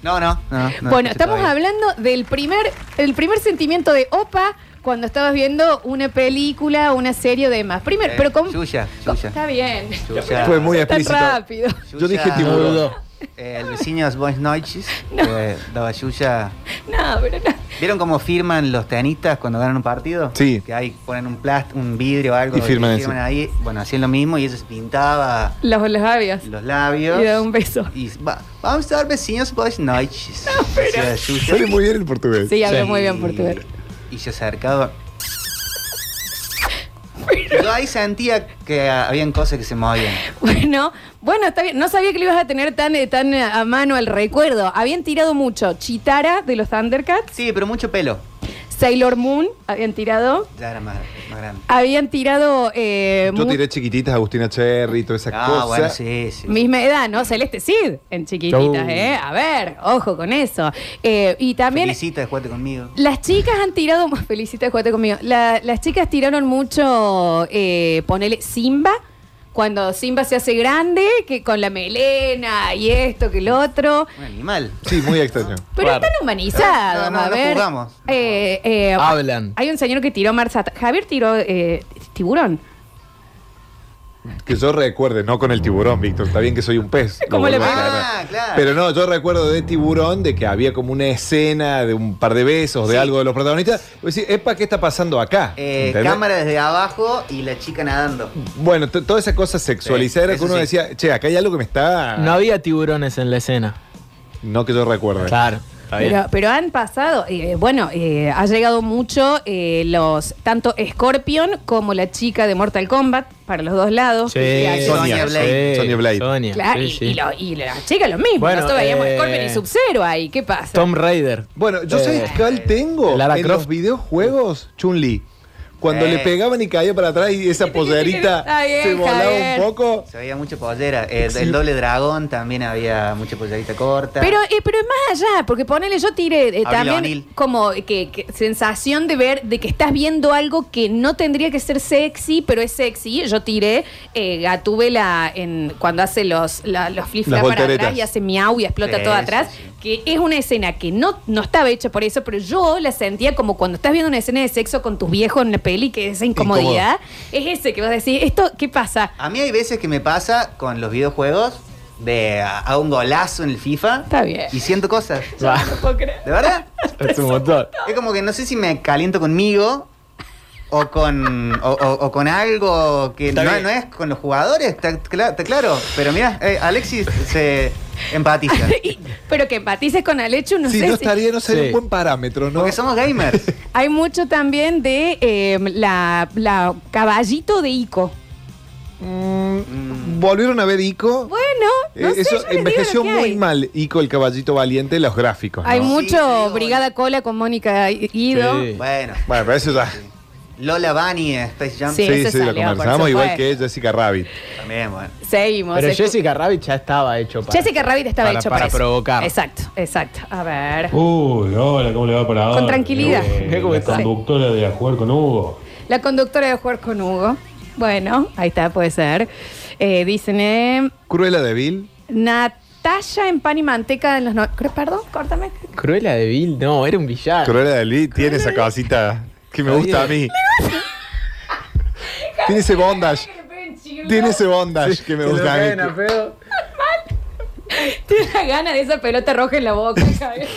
No, no, no. no,
bueno,
no,
estamos
todavía.
hablando del primer, el primer sentimiento de Opa cuando estabas viendo una película, una serie o demás. Primero,
Eh,
pero con.
Yuya,
con-
Yuya.
Está bien.
Yuya.
Fue muy
Tan
explícito.
rápido.
Yo dije
Yuya,
tiburón.
Eh, Luisinhos, buenas noches. Eh, daba Yuya.
No, pero no.
¿Vieron cómo firman los tenistas cuando ganan un partido?
Sí.
Que ahí ponen un plast, un vidrio o algo.
Y firman ese.
ahí. Bueno, hacían lo mismo y ella se pintaba
Las las labias.
los labios.
Y da un beso.
Y va- vamos a dar vecinos buenas noches. Hacía suyo.
Sale muy bien el portugués.
Sí, habla
Sí.
muy bien portugués.
Y se acercaba. Yo ahí sentía que ah, habían cosas que se movían.
Bueno, bueno, está bien. No sabía que lo ibas a tener tan, eh, tan a mano el recuerdo. Habían tirado mucho. Chitara de los Thundercats,
Sí, pero mucho pelo.
Sailor Moon habían tirado.
Ya era más, más grande.
Habían tirado eh,
Yo
mu-
tiré chiquititas, Agustina Cherry, todas esas
Ah,
cosas.
bueno, sí, sí.
misma edad, ¿no? Celeste Cid en chiquititas,
Chau.
¿eh? A ver, ojo con eso. Eh, y también
Felicita, jugate conmigo.
Las chicas han tirado, felicita, jugate conmigo. La- las chicas tiraron mucho, eh, ponele Simba, cuando Simba se hace grande, que con la melena y esto, que el otro.
Un animal.
Sí, muy extraño.
Pero
Claro.
están humanizados,
No, no,
a
no
ver.
juzgamos.
Eh, eh,
Hablan.
Hay un señor que tiró Marza. Javier tiró eh, tiburón.
Que yo recuerde, no con el tiburón, Víctor. Está bien que soy un pez. lo
Como
vuelvo
le
a aclarar.
Ah, claro.
Pero no, yo recuerdo de tiburón de que había como una escena de un par de besos, de algo de los protagonistas. Voy a decir, epa, ¿qué está pasando acá?
Eh,
¿Entendés?
cámara desde abajo y la chica nadando.
Bueno, to- toda esa cosa sexualizada
Sí,
que
eso
uno
sí.
decía, che, acá hay algo que me está.
No había tiburones en la escena.
No que yo recuerde.
Claro. Está bien.
Pero, pero han pasado, eh, bueno, eh, ha llegado mucho eh, los, tanto Scorpion como la chica de Mortal Kombat, para los dos lados. Y aquí-
Sonia Blade.
sí,
Sonia Blade.
Sonia,
Claro,
sí,
y,
sí.
y lo- y la chica lo mismo.
Bueno,
Nosotros veíamos
eh,
Scorpion y Sub-Zero ahí. ¿Qué pasa?
Tom Raider.
Bueno, yo
Eh,
sabes cuál tengo
Lara
en
Croft.
los videojuegos, Chun-Li. Cuando
Eh.
le pegaban y caía para atrás y esa pollerita
Está bien,
se volaba
Javier.
un poco.
Se veía mucha pollera. Eh, El doble dragón también había mucha pollerita corta.
Pero, eh, pero es más allá, porque ponele, yo tiré eh,
Abril
también
O'Neil.
como que, que sensación de ver, de que estás viendo algo que no tendría que ser sexy, pero es sexy. Yo tiré eh, Gatúbela en, cuando hace los, la- los flip
Las
para
volteretas.
atrás y hace miau y explota
Sí,
todo
sí,
atrás,
sí.
que es una escena que no, no estaba hecha por eso, pero yo la sentía como cuando estás viendo una escena de sexo con tus viejos en la peli, que esa incomodidad, es ese que vos decís, esto, ¿qué pasa?
A mí hay veces que me pasa con los videojuegos de ah, hago un golazo en el FIFA
Está bien.
y siento cosas.
Va,
No puedo creer.
Ah. ¿De verdad?
es un montón.
Es como que no sé si me caliento conmigo o con, o, o- o con algo que
Está
no,
bien.
no es con los jugadores, está, cla- está claro. Pero mira, eh, Alexis se empatiza.
Y- pero que empatices con Alechu, no
si
sé
no
si-
estaría, no sería
Sí.
un buen parámetro, ¿no?
Porque somos gamers.
Hay mucho también de eh, la, la caballito de Ico.
Mm, Volvieron a ver Ico.
Bueno, no
Eh,
sé,
eso
yo les digo
envejeció
lo que
muy
hay.
mal. Ico, el caballito valiente, los gráficos. ¿no?
Hay
Sí,
mucho
te digo,
Brigada Cola con Mónica I- Ido.
Sí.
Bueno,
Bueno, pero eso ya.
Lola Bunny, Space Jam.
Sí,
Sí,
ese
sí, lo
salió, por
conversamos, igual
supuesto.
que Jessica Rabbit.
También, bueno.
Seguimos.
Pero
escu-
Jessica Rabbit ya estaba hecho para.
Jessica Rabbit estaba
para-
hecho
para
eso.
provocar.
Exacto, exacto. A ver.
Uh.
Uy, hola, ¿cómo le va para ahora?
Con tranquilidad.
Eh,
¿Cómo
la
está?
conductora de A Jugar con Hugo.
La conductora de Jugar con Hugo. Bueno, ahí está, puede ser. Eh, dicen eh,
Cruela de Vil.
Natalia en pan y manteca en los... No... Perdón, córtame.
Cruella de Vil, no, era un villano.
Cruela de Vil tiene esa cosita que me gusta a mí. Tiene ese bondage. Tiene ese bondage que me gusta a mí.
Tiene la gana de esa pelota roja en la boca, Javier.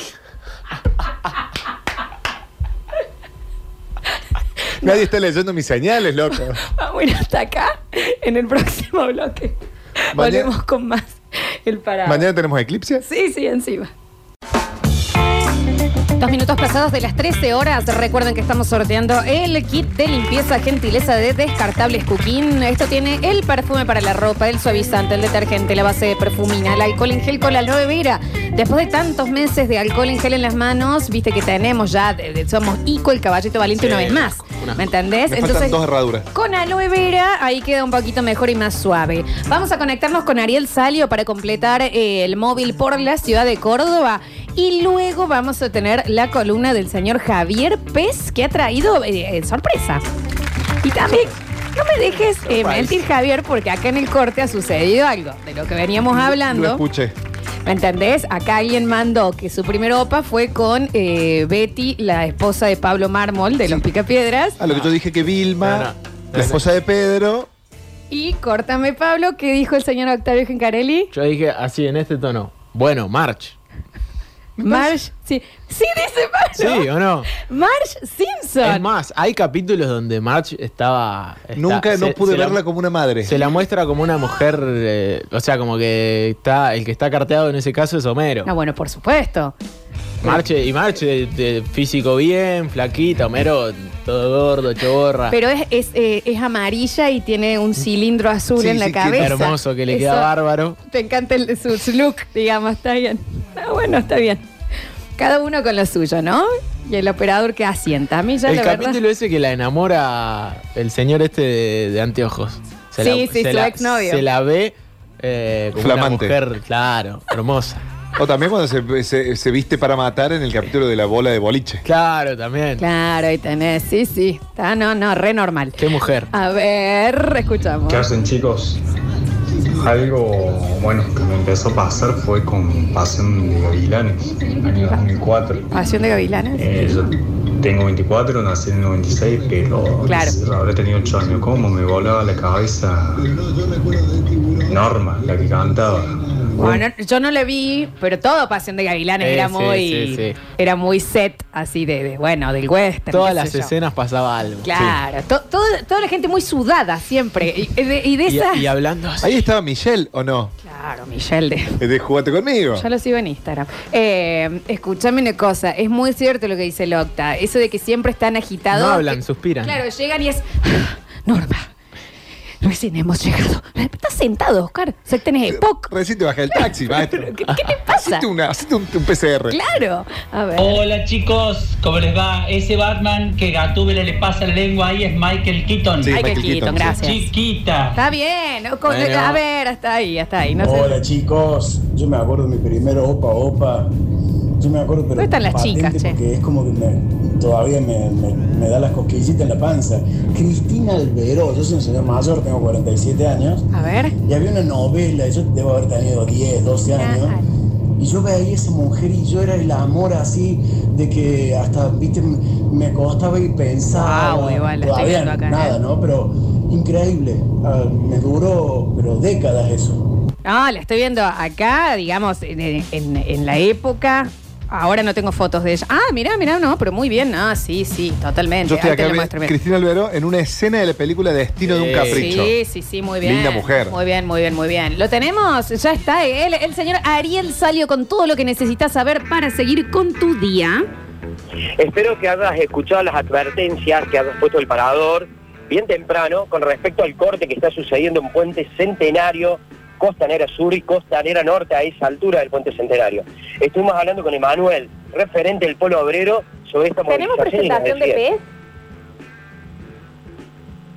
Nadie está leyendo mis señales, loco.
Vamos a ir hasta acá en el próximo bloque.
Mañana-
Volvemos con más el parado.
Mañana tenemos eclipse.
Sí, sí, encima. Dos minutos pasados de las 13 horas. Recuerden que estamos sorteando el kit de limpieza gentileza de descartables cooking. Esto tiene el perfume para la ropa, el suavizante, el detergente, la base de perfumina, el alcohol en gel con la aloe vera. Después de tantos meses de alcohol en gel en las manos, viste que tenemos ya, de- de- somos Ico, el caballito valiente
Sí,
una vez más.
una-
¿Me entendés?
Me faltan dos herraduras.
Con aloe vera, ahí queda un poquito mejor y más suave. Vamos a conectarnos con Ariel Salio para completar eh, el móvil por la ciudad de Córdoba. Y luego vamos a tener la columna del señor Javier Pez, que ha traído eh, eh, sorpresa. Y también, no me dejes eh, mentir, Javier, porque acá en el corte ha sucedido algo de lo que veníamos
Lo
hablando.
escuché.
¿Me entendés? Acá alguien mandó que su primer opa fue con eh, Betty, la esposa de Pablo Mármol de Los Picapiedras.
A Ah, lo que yo dije que Vilma,
No, no.
la esposa de Pedro.
Y córtame, Pablo, ¿qué dijo el señor Octavio Gencarelli?
Yo dije así en este tono. Bueno, March.
Marge, sí. Sí, dice Marge.
Sí, ¿o no?
Marge
Es
Simpson.
más, hay capítulos donde Marge estaba. está-
Nunca no
se-
pude
se la-
verla como una madre.
Se la muestra como una mujer, eh, o sea, como que está el que está carteado en ese caso es Homero.
Ah, bueno, por supuesto.
Marche y Marche de, de físico bien, flaquita, Homero todo gordo, choborra.
Pero es, es, eh, es amarilla y tiene un cilindro azul
Sí,
en la
sí, que-
cabeza.
hermoso que le
Eso-
queda bárbaro.
Te encanta el- su, su look, digamos, está bien. Ah, bueno, está bien. Cada uno con lo suyo, ¿no? Y el operador que asienta. A mí ya
El
la
capítulo
verdad.
ese que la enamora el señor este de, de anteojos.
Sí, sí, su exnovio.
Se la ve eh, como
Flamante.
una mujer, claro, hermosa.
O también cuando se, se- se viste para matar en el capítulo de la bola de boliche.
Claro, también.
Claro, ahí tenés. Sí, sí. Está, no, no, re normal.
Qué mujer.
A ver, escuchamos.
¿Qué hacen chicos? Algo bueno que me empezó a pasar fue con Pasión de Gavilanes, en el año 2004.
Pasión de Gavilanes.
Eh, yo tengo 24, nací en el 96, pero
Claro.
habré tenido 8 años. ¿Cómo me volaba la cabeza Norma, la que cantaba?
Bueno, yo no le vi, pero todo Pasión de Gavilanes
Eh,
era
sí,
muy.
sí, sí.
Era muy set así de, de, bueno, del western.
Todas
qué
las
sé yo.
escenas pasaba algo.
Claro, to- todo- toda la gente muy sudada siempre. Y, y de, y de
Y,
esas.
y hablando así.
Ahí estaba Michelle, ¿o no?
Claro, Michelle de.
Eh, De jugate conmigo.
Yo lo sigo en Instagram. Eh, escúchame una cosa, es muy cierto lo que dice Locta. Eso de que siempre están agitados.
No hablan,
que-
suspiran.
Claro, llegan y es. Norma, recién hemos llegado. Estás sentado, Oscar. O sea, tenés EPOC.
Recién te bajé el taxi, maestro.
¿Qué, qué te pasa?
Hacete, una- hacete un, un PCR.
Claro. A ver.
Hola chicos, ¿cómo les va? Ese Batman que Gatúbela le pasa la lengua ahí es Michael Keaton.
Sí,
Ay, qué
Michael Keaton,
Keaton,
sí.
gracias.
Chiquita.
Está bien. o con-
Bueno.
A ver, hasta ahí, hasta ahí. No sé.
Hola chicos, yo me acuerdo de mi primero Opa Opa. Yo me acuerdo, pero.
¿Dónde están las
patente
chicas, che?
Porque es como que me- todavía me, me- me da las cosquillitas en la panza. Cristina Albero, yo soy un señor mayor, tengo 47 años.
A ver.
Y había una novela, yo debo haber tenido 10, 12 años. Y yo veía a esa mujer y yo era el amor así, de que hasta, viste, m- me acostaba y pensaba.
Ah, bueno, igual, la estoy
todavía
viendo acá, ¿eh?
nada, ¿no? Pero increíble. Ah, me duró, pero décadas eso.
No, la estoy viendo acá, digamos, en, en- en la época. Ahora no tengo fotos de ella. Ah, mirá, mirá, no, pero muy bien. Ah, sí, sí, totalmente.
Yo estoy
Ahí te
acá,
lo
ve-
muestro, mira.
Cristina Alberó, en una escena de la película Destino de un
Sí.
Capricho.
Sí, sí, sí, muy bien.
Linda mujer.
Muy bien, muy bien, muy bien. Lo tenemos, ya está. El, el señor Ariel salió con todo lo que necesitas saber para seguir con tu día.
Espero que hayas escuchado las advertencias, que hayas puesto el parador bien temprano con respecto al corte que está sucediendo en Puente Centenario, Costanera Sur y Costanera Norte a esa altura del Puente Centenario. Estuvimos hablando con Emanuel, referente del Polo Obrero, sobre esta
¿Tenemos
movilización. y nos
presentación de
decía-
pez?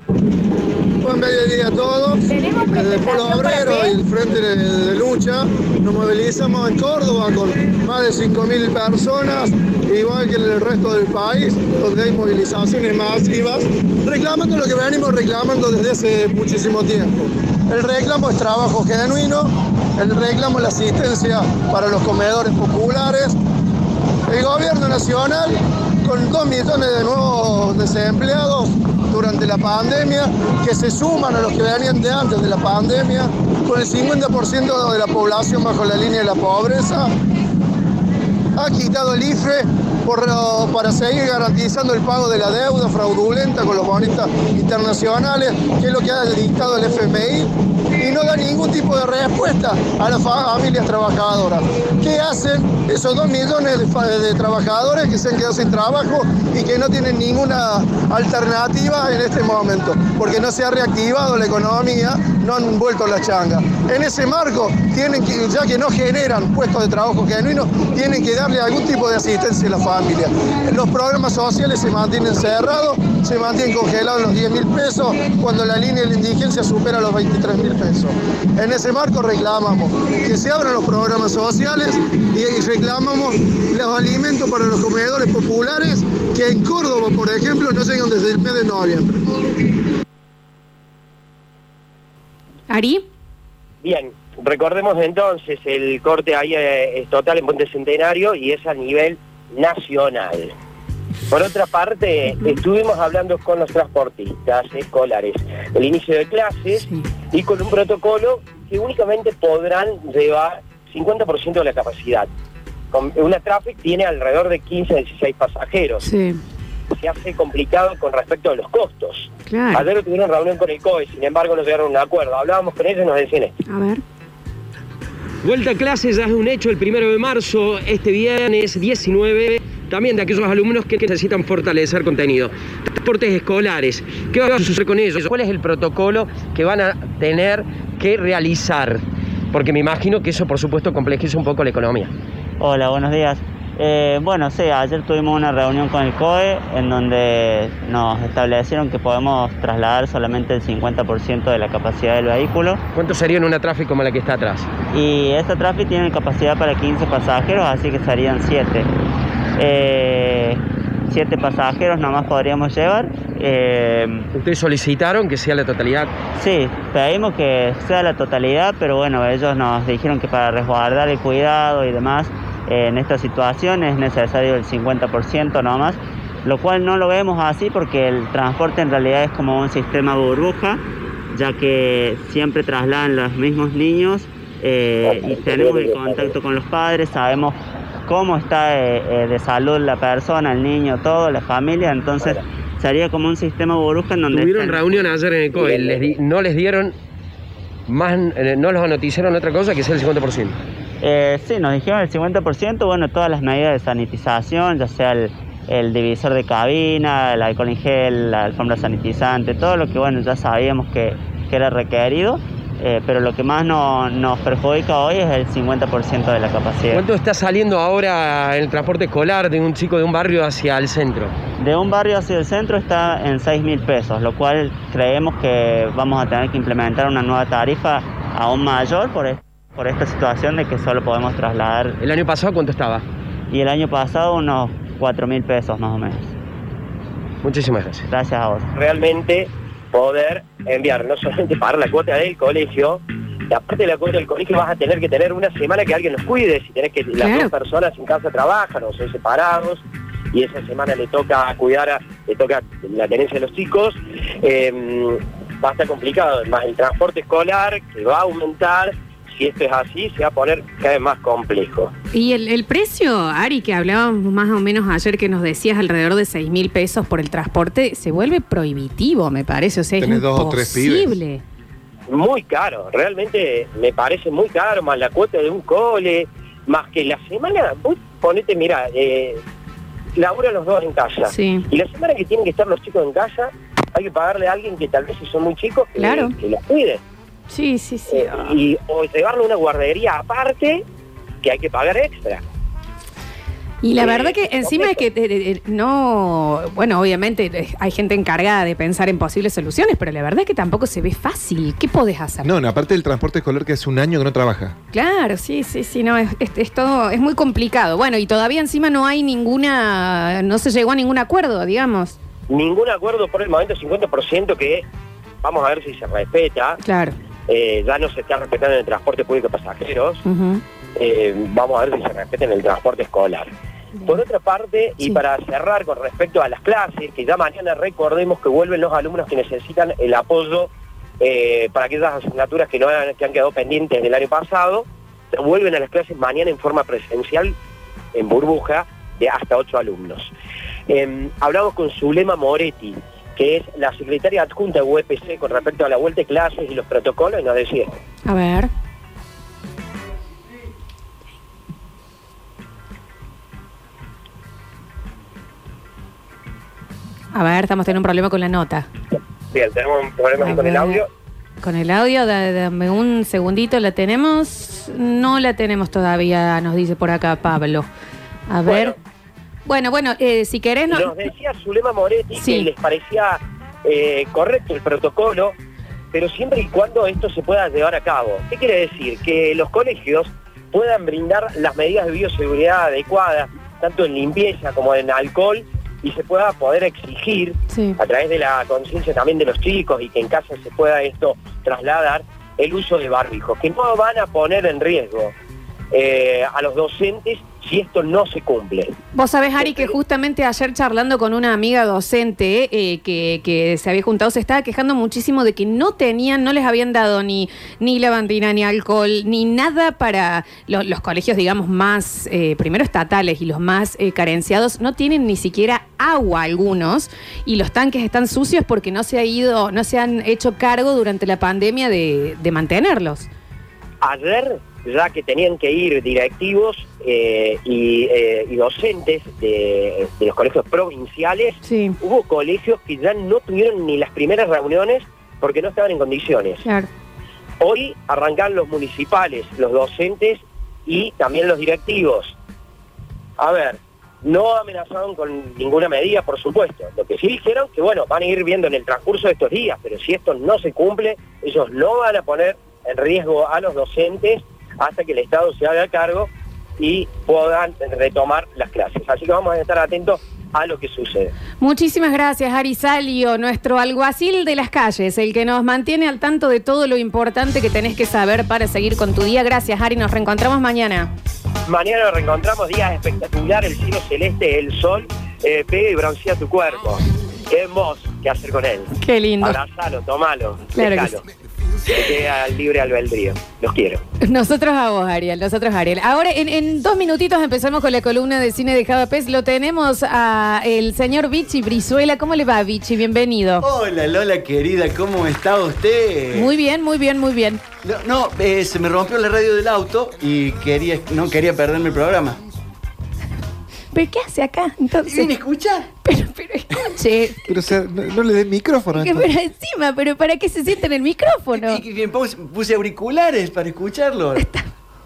Buen mediodía a todos. Desde el Polo Obrero y el Frente de, de Lucha nos movilizamos en Córdoba con más de 5.000 personas, igual que en el resto del país, donde hay movilizaciones masivas, reclamando lo que venimos reclamando desde hace muchísimo tiempo. El reclamo es trabajo genuino, el reclamo es la asistencia para los comedores populares, el gobierno nacional, con 2 millones de nuevos desempleados durante la pandemia, que se suman a los que venían de antes de la pandemia, con el 50% de la población bajo la línea de la pobreza, ha quitado el IFE por, eh, para seguir garantizando el pago de la deuda fraudulenta con los bonistas internacionales, que es lo que ha dictado el FMI, y no da ningún tipo de respuesta a las fa- familias trabajadoras. ¿Qué hacen esos dos millones de, fa- de trabajadores que se han quedado sin trabajo y que no tienen ninguna alternativa en este momento? Porque no se ha reactivado la economía, no han vuelto la changa. En ese marco, tienen que, ya que no generan puestos de trabajo genuinos, tienen que darle algún tipo de asistencia a la familia. Los programas sociales se mantienen cerrados, se mantienen congelados los 10 mil pesos, cuando la línea de la indigencia supera los 23 mil pesos. En ese marco reclamamos que se abran los programas sociales y reclamamos los alimentos para los comedores populares que en Córdoba, por ejemplo, no llegan desde el mes de noviembre.
Ari,
Bien, recordemos entonces, el corte ahí eh, es total en Puente Centenario y es a nivel nacional. Por otra parte, estuvimos hablando con los transportistas escolares del inicio de clases y con un protocolo que únicamente podrán llevar 50% de la capacidad. con- una traffic tiene alrededor de 15 a 16 pasajeros.
Sí,
Se hace complicado con respecto a los costos.
claro.
Ayer tuvieron reunión con el COE, sin embargo no llegaron a un acuerdo. Hablábamos con ellos y nos decían esto.
A ver.
Vuelta a clases ya es un hecho el primero de marzo, este viernes 19, también de aquellos alumnos que necesitan fortalecer contenido. Transportes escolares, ¿qué va a suceder con ellos? ¿Cuál es el protocolo que van a tener que realizar? Porque me imagino que eso, por supuesto, complejiza un poco la economía.
Hola, buenos días. Eh, bueno, sí, ayer tuvimos una reunión con el COE en donde nos establecieron que podemos trasladar solamente el 50% de la capacidad del vehículo.
¿Cuánto sería en una tráfico como la que está atrás?
Y esta tráfico tiene capacidad para 15 pasajeros, así que serían 7. Eh, 7 pasajeros nomás podríamos llevar.
¿Ustedes solicitaron que sea la totalidad?
Sí, pedimos que sea la totalidad, pero bueno, ellos nos dijeron que para resguardar el cuidado y demás, eh, en esta situación es necesario el 50% nomás, lo cual no lo vemos así porque el transporte en realidad es como un sistema burbuja, ya que siempre trasladan los mismos niños eh, y tenemos el contacto con los padres, sabemos cómo está eh, eh, de salud la persona, el niño, todo, la familia, entonces sería como un sistema burbuja en donde...
Tuvieron
están-
reunión ayer en el COE, les di- no les dieron más, eh, no los anotizaron otra cosa que sea el 50%.
Eh, sí, nos dijeron el 50%, bueno, todas las medidas de sanitización, ya sea el, el divisor de cabina, el alcohol en gel, la alfombra sanitizante, todo lo que, bueno, ya sabíamos que, que era requerido, eh, pero lo que más no- nos perjudica hoy es el 50% de la capacidad.
¿Cuánto está saliendo ahora el transporte escolar de un chico de un barrio hacia el centro?
De un barrio hacia el centro está en 6 mil pesos, lo cual creemos que vamos a tener que implementar una nueva tarifa aún mayor por, es- por esta situación de que solo podemos trasladar.
¿El año pasado cuánto estaba?
Y el año pasado unos 4 mil pesos más o menos.
Muchísimas gracias.
Gracias a vos.
realmente poder enviar, no solamente pagar la cuota del colegio, y aparte de la cuota del colegio vas a tener que tener una semana que alguien los cuide, si tenés que las dos personas en casa trabajan o son separados, y esa semana le toca cuidar, a- le toca la tenencia de los chicos, eh, va a estar complicado, más el transporte escolar que va a aumentar, si esto es así, se va a poner cada vez más complejo.
Y el, el precio, Ari, que hablábamos más o menos ayer que nos decías alrededor de 6 mil pesos por el transporte, se vuelve prohibitivo, me parece. O sea, es
Tenés dos o tres pibes.
imposible.
muy caro, realmente me parece muy caro, más la cuota de un cole, más que la semana, vos ponete, mira, eh, laburan los dos en casa.
Sí.
Y la semana que tienen que estar los chicos en casa, hay que pagarle a alguien que tal vez si son muy chicos, que,
Claro.
que los cuide.
Sí, sí, sí.
Eh, y, o llevarlo a una guardería aparte, que hay que pagar extra.
Y la
Eh,
verdad que encima es que eh, eh, no, bueno, obviamente eh, hay gente encargada de pensar en posibles soluciones, pero la verdad es que tampoco se ve fácil. ¿Qué podés hacer?
No, no, aparte del transporte escolar que hace un año que no trabaja.
Claro, sí, sí, sí, no, es, es- es todo, es muy complicado. Bueno, y todavía encima no hay ninguna, no se llegó a ningún acuerdo, digamos.
Ningún acuerdo por el momento, 50% que vamos a ver si se respeta.
Claro.
Eh, ya no se está respetando en el transporte público de pasajeros.
Ujú.
eh, vamos a ver si se respeten el transporte escolar. Por otra parte, y para cerrar con respecto a las clases, que ya mañana recordemos que vuelven los alumnos que necesitan el apoyo eh, para aquellas asignaturas que, no han, que han quedado pendientes del año pasado, vuelven a las clases mañana en forma presencial, en burbuja, de hasta ocho alumnos. Eh, hablamos con Zulema Moretti, que es la secretaria adjunta de UEPC con respecto a la vuelta de clases y los protocolos, y nos decía...
A ver. A ver, estamos teniendo un problema con la nota.
Bien, tenemos un problema
A
con el
ver.
audio.
Con el audio, da- dame un segundito, ¿la tenemos? No la tenemos todavía, nos dice por acá Pablo. A ver. Bueno, bueno, eh, si querés... No,
Nos decía Zulema Moretti
Sí.
que les parecía eh, correcto el protocolo, pero siempre y cuando esto se pueda llevar a cabo. ¿Qué quiere decir? Que los colegios puedan brindar las medidas de bioseguridad adecuadas, tanto en limpieza como en alcohol, y se pueda poder exigir
Sí.
a través de la conciencia también de los chicos y que en casa se pueda esto trasladar el uso de barbijos, que no van a poner en riesgo eh, a los docentes, si esto no se cumple.
Vos sabés, Ari, que justamente ayer charlando con una amiga docente eh, que, que se había juntado, se estaba quejando muchísimo de que no tenían, no les habían dado ni, ni lavandina, ni alcohol, ni nada para lo- los colegios, digamos, más, eh, primero estatales y los más eh, carenciados, no tienen ni siquiera agua algunos y los tanques están sucios porque no se ha ido, no se han hecho cargo durante la pandemia de, de mantenerlos.
Ayer, ya que tenían que ir directivos eh, y, eh, y docentes de, de los colegios provinciales, hubo colegios que ya no tuvieron ni las primeras reuniones porque no estaban en condiciones.
Claro.
Hoy arrancan los municipales, los docentes y también los directivos. A ver, no amenazaron con ninguna medida, por supuesto. Lo que sí dijeron que, bueno, van a ir viendo en el transcurso de estos días, pero si esto no se cumple, ellos no van a poner en riesgo a los docentes hasta que el Estado se haga cargo y puedan retomar las clases. Así que vamos a estar atentos a lo que sucede.
Muchísimas gracias, Ari Salio, nuestro alguacil de las calles, el que nos mantiene al tanto de todo lo importante que tenés que saber para seguir con tu día. Gracias, Ari, nos reencontramos mañana.
Mañana nos reencontramos, día espectacular, el cielo celeste, el sol, eh, pega y broncea tu cuerpo. ¿Qué vos qué hacer con él?
Qué lindo.
Abrazalo, tomalo,
Claro que
déjalo. Que queda al libre albedrío. Los quiero.
Nosotros a vos, Ariel, nosotros a Ariel. Ahora, en, en dos minutitos empezamos con la columna de cine de Java Pez. Lo tenemos a el señor Vichy Brizuela. ¿Cómo le va, Vichy? Bienvenido.
Hola Lola querida, ¿cómo está usted?
Muy bien, muy bien, muy bien.
No, no, eh, se me rompió la radio del auto y quería, no quería perderme el programa.
¿Pero qué hace acá? Entonces,
¿Viene a escuchar?
Pero, pero escuche.
Pero, o sea, no, no le des micrófono.
Que,
entonces.
pero encima, pero ¿para qué se sienta en el micrófono?
Y bien, puse, puse auriculares para escucharlo.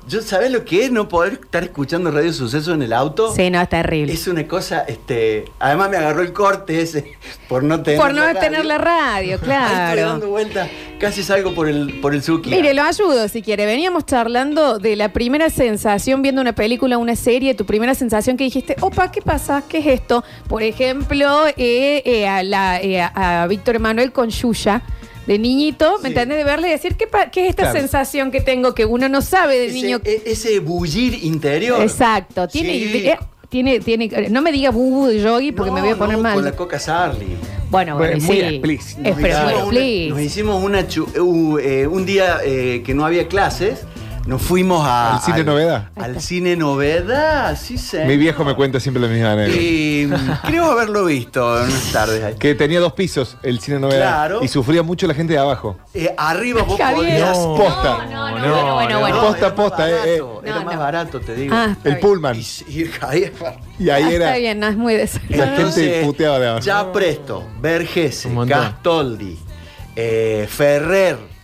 Yo, ¿Sabes lo que es no poder estar escuchando Radio Suceso en el auto?
Sí, no, es terrible.
Es una cosa, este. Además me agarró el corte ese por no tener.
Por no
la radio.
tener la radio,
Ahí estoy
claro.
dando vueltas. Casi salgo por el, por el Zuki.
Mire, lo ayudo si quiere. Veníamos charlando de la primera sensación viendo una película, una serie, tu primera sensación que dijiste, opa, ¿qué pasa? ¿Qué es esto? Por ejemplo, eh, eh, a, la- eh, a- a Víctor Manuel con Yuya, de niñito, ¿me entendés? De verle y decir, ¿qué, pa- qué es esta
Claro.
sensación que tengo que uno no sabe de
ese,
niño?
e- ese bullir interior.
Exacto, tiene,
Sí.
idea- tiene, tiene, no me diga bubu de yogi porque me voy a poner
No,
mal.
Con la coca Sarli.
Bueno, bueno, Bueno, es muy sí. explícito. Es, pero muy
hicimos una-
explícito.
nos hicimos una chu- uh, eh, un día eh, que no había clases, nos fuimos a,
Al cine novedad.
Al cine novedad, sí sé.
Mi viejo me cuenta siempre la misma anécdota.
Y, mm, creo haberlo visto en unas tardes ahí.
Que tenía dos pisos el cine novedad.
Claro.
Y sufría mucho la gente de abajo.
Eh, arriba vos
Javier.
podías.
No, Posta. no, no, No, bueno, bueno, no. bueno. Posta,
Era más
posta, eh, eh.
barato, Era más barato, te digo.
Ah, está
El Pullman.
Y, ahí,
Y ahí
Ah,
era.
Está bien, no es muy desagradable.
La gente puteaba de abajo.
Ya Presto, Vergese, Gastoldi, eh, Ferrer,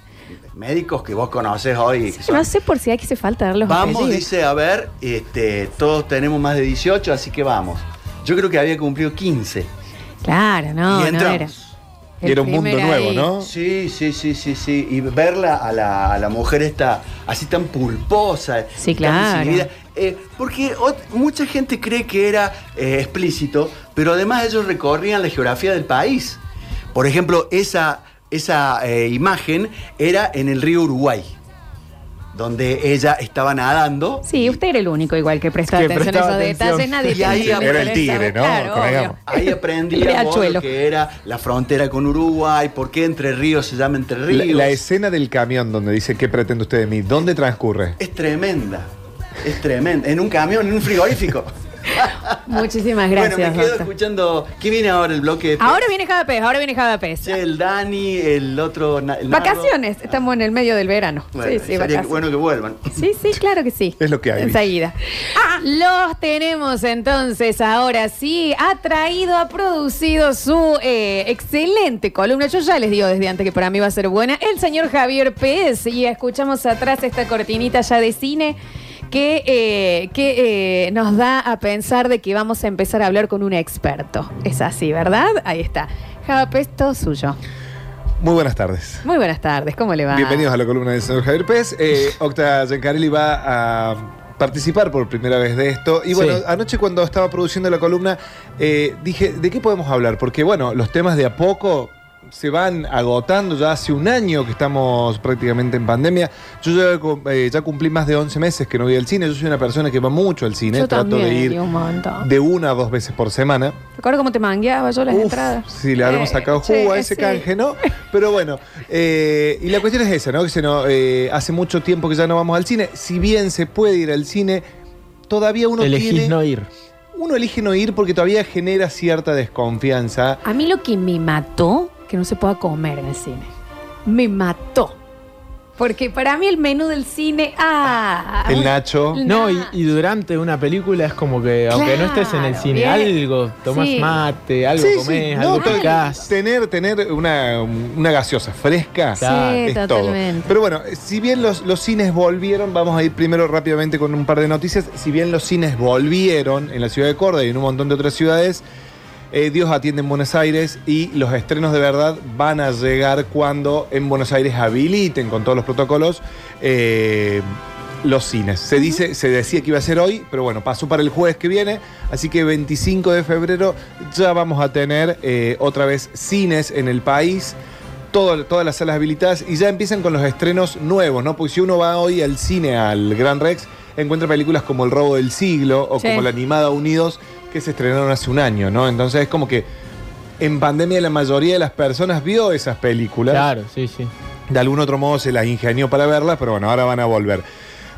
médicos que vos conocés hoy. que son-
No sé por si hay que se falta dar los
Vamos,
apellidos.
dice, a ver, este, todos tenemos más de 18, así que vamos. Yo creo que había cumplido 15.
Claro, no,
Y
no
entramos.
era. El primer ahí.
Sí, sí, sí, sí, sí. Y verla a la, a la mujer esta así tan pulposa. Sí,
claro.
porque ot- mucha gente cree que era eh, explícito, pero además ellos recorrían la geografía del país. Por ejemplo, esa, esa eh, imagen era en el río Uruguay, donde ella estaba nadando
Sí, usted era el único igual que prestó
Que
atención a
prestaba
esos detalles.
atención.
Nadie
Y ahí
tenía
era el
interés,
tigre, ¿no?
Claro,
Convengamos.
obvio.
Ahí aprendía vos
Riachuelo.
lo que era la frontera con Uruguay, por qué Entre Ríos se llama Entre
La,
Ríos.
la escena del camión donde dice ¿qué pretende usted de mí? ¿Dónde transcurre?
Es tremenda, es tremenda. En un camión, en un frigorífico.
Muchísimas gracias.
bueno, me quedo
Otto.
escuchando. ¿Qué viene ahora el bloque? de-
Ahora viene cada pez, ahora viene cada pez.
El Dani, el otro. na- el Nardo.
Vacaciones, estamos en el medio del verano.
Bueno,
sí, sí,
sería
vacaciones.
bueno que vuelvan.
Sí, sí, claro que sí.
Es lo que hay.
Enseguida. Ah. Los tenemos entonces ahora sí. Ha traído, ha producido su eh, excelente columna. Yo ya les digo desde antes que para mí va a ser buena. El señor Javier Pérez. Y escuchamos atrás esta cortinita ya de cine que, eh, que eh, nos da a pensar de que vamos a empezar a hablar con un experto. Es así, ¿verdad? Ahí está. Javier Pérez, todo suyo.
Muy buenas tardes.
Muy buenas tardes, ¿cómo le va?
Bienvenidos a la columna del señor Javier Pérez. Eh, Octa Giancarelli va a participar por primera vez de esto. Y bueno,
Sí.
anoche cuando estaba produciendo la columna, eh, dije, ¿de qué podemos hablar? Porque bueno, los temas de a poco se van agotando. Ya hace un año que estamos prácticamente en pandemia. Yo ya, cu- eh, ya cumplí más de 11 meses que no voy al cine. Yo soy una persona que va mucho al cine.
Yo
Trato
también,
de ir
digo, un montón.
de una a dos veces por semana.
Recuerdo cómo te mangueaba yo las entradas.
Si le habíamos
Eh,
sacado jugo
sí,
a ese
sí.
canje, ¿no? Pero bueno, eh, y la cuestión es esa, ¿no? Que se no, eh, hace mucho tiempo que ya no vamos al cine. Si bien se puede ir al cine, todavía uno
Elegís
tiene-
no ir.
Uno elige no ir porque todavía genera cierta desconfianza.
A mí lo que me mató, que no se pueda comer en el cine. Me mató. Porque para mí el menú del cine. ¡Ah! un-
No, y, y durante una película es como que, aunque no estés en el
Claro,
cine,
bien.
algo, tomás
Sí.
mate, algo
Sí, sí,
comés,
no,
algo
pero
picás.
Tener, tener una, una gaseosa fresca
Sí,
es
totalmente.
todo. Pero bueno, si bien los, los cines volvieron, vamos a ir primero rápidamente con un par de noticias. Si bien los cines volvieron en la ciudad de Córdoba y en un montón de otras ciudades, eh, Dios atiende en Buenos Aires y los estrenos de verdad van a llegar cuando en Buenos Aires habiliten con todos los protocolos eh, los cines. Se, dice, se decía que iba a ser hoy, pero bueno, pasó para el jueves que viene, así que 25 de febrero ya vamos a tener eh, otra vez cines en el país. todo- todas las salas habilitadas y ya empiezan con los estrenos nuevos, ¿no? Porque si uno va hoy al cine, al Gran Rex, encuentra películas como El Robo del Siglo o
Sí.
como La Animada Unidos, que se estrenaron hace un año, ¿no? Entonces es como que en pandemia la mayoría de las personas vio esas películas.
Claro, sí, sí.
De algún otro modo se las ingenió para verlas, pero bueno, ahora van a volver.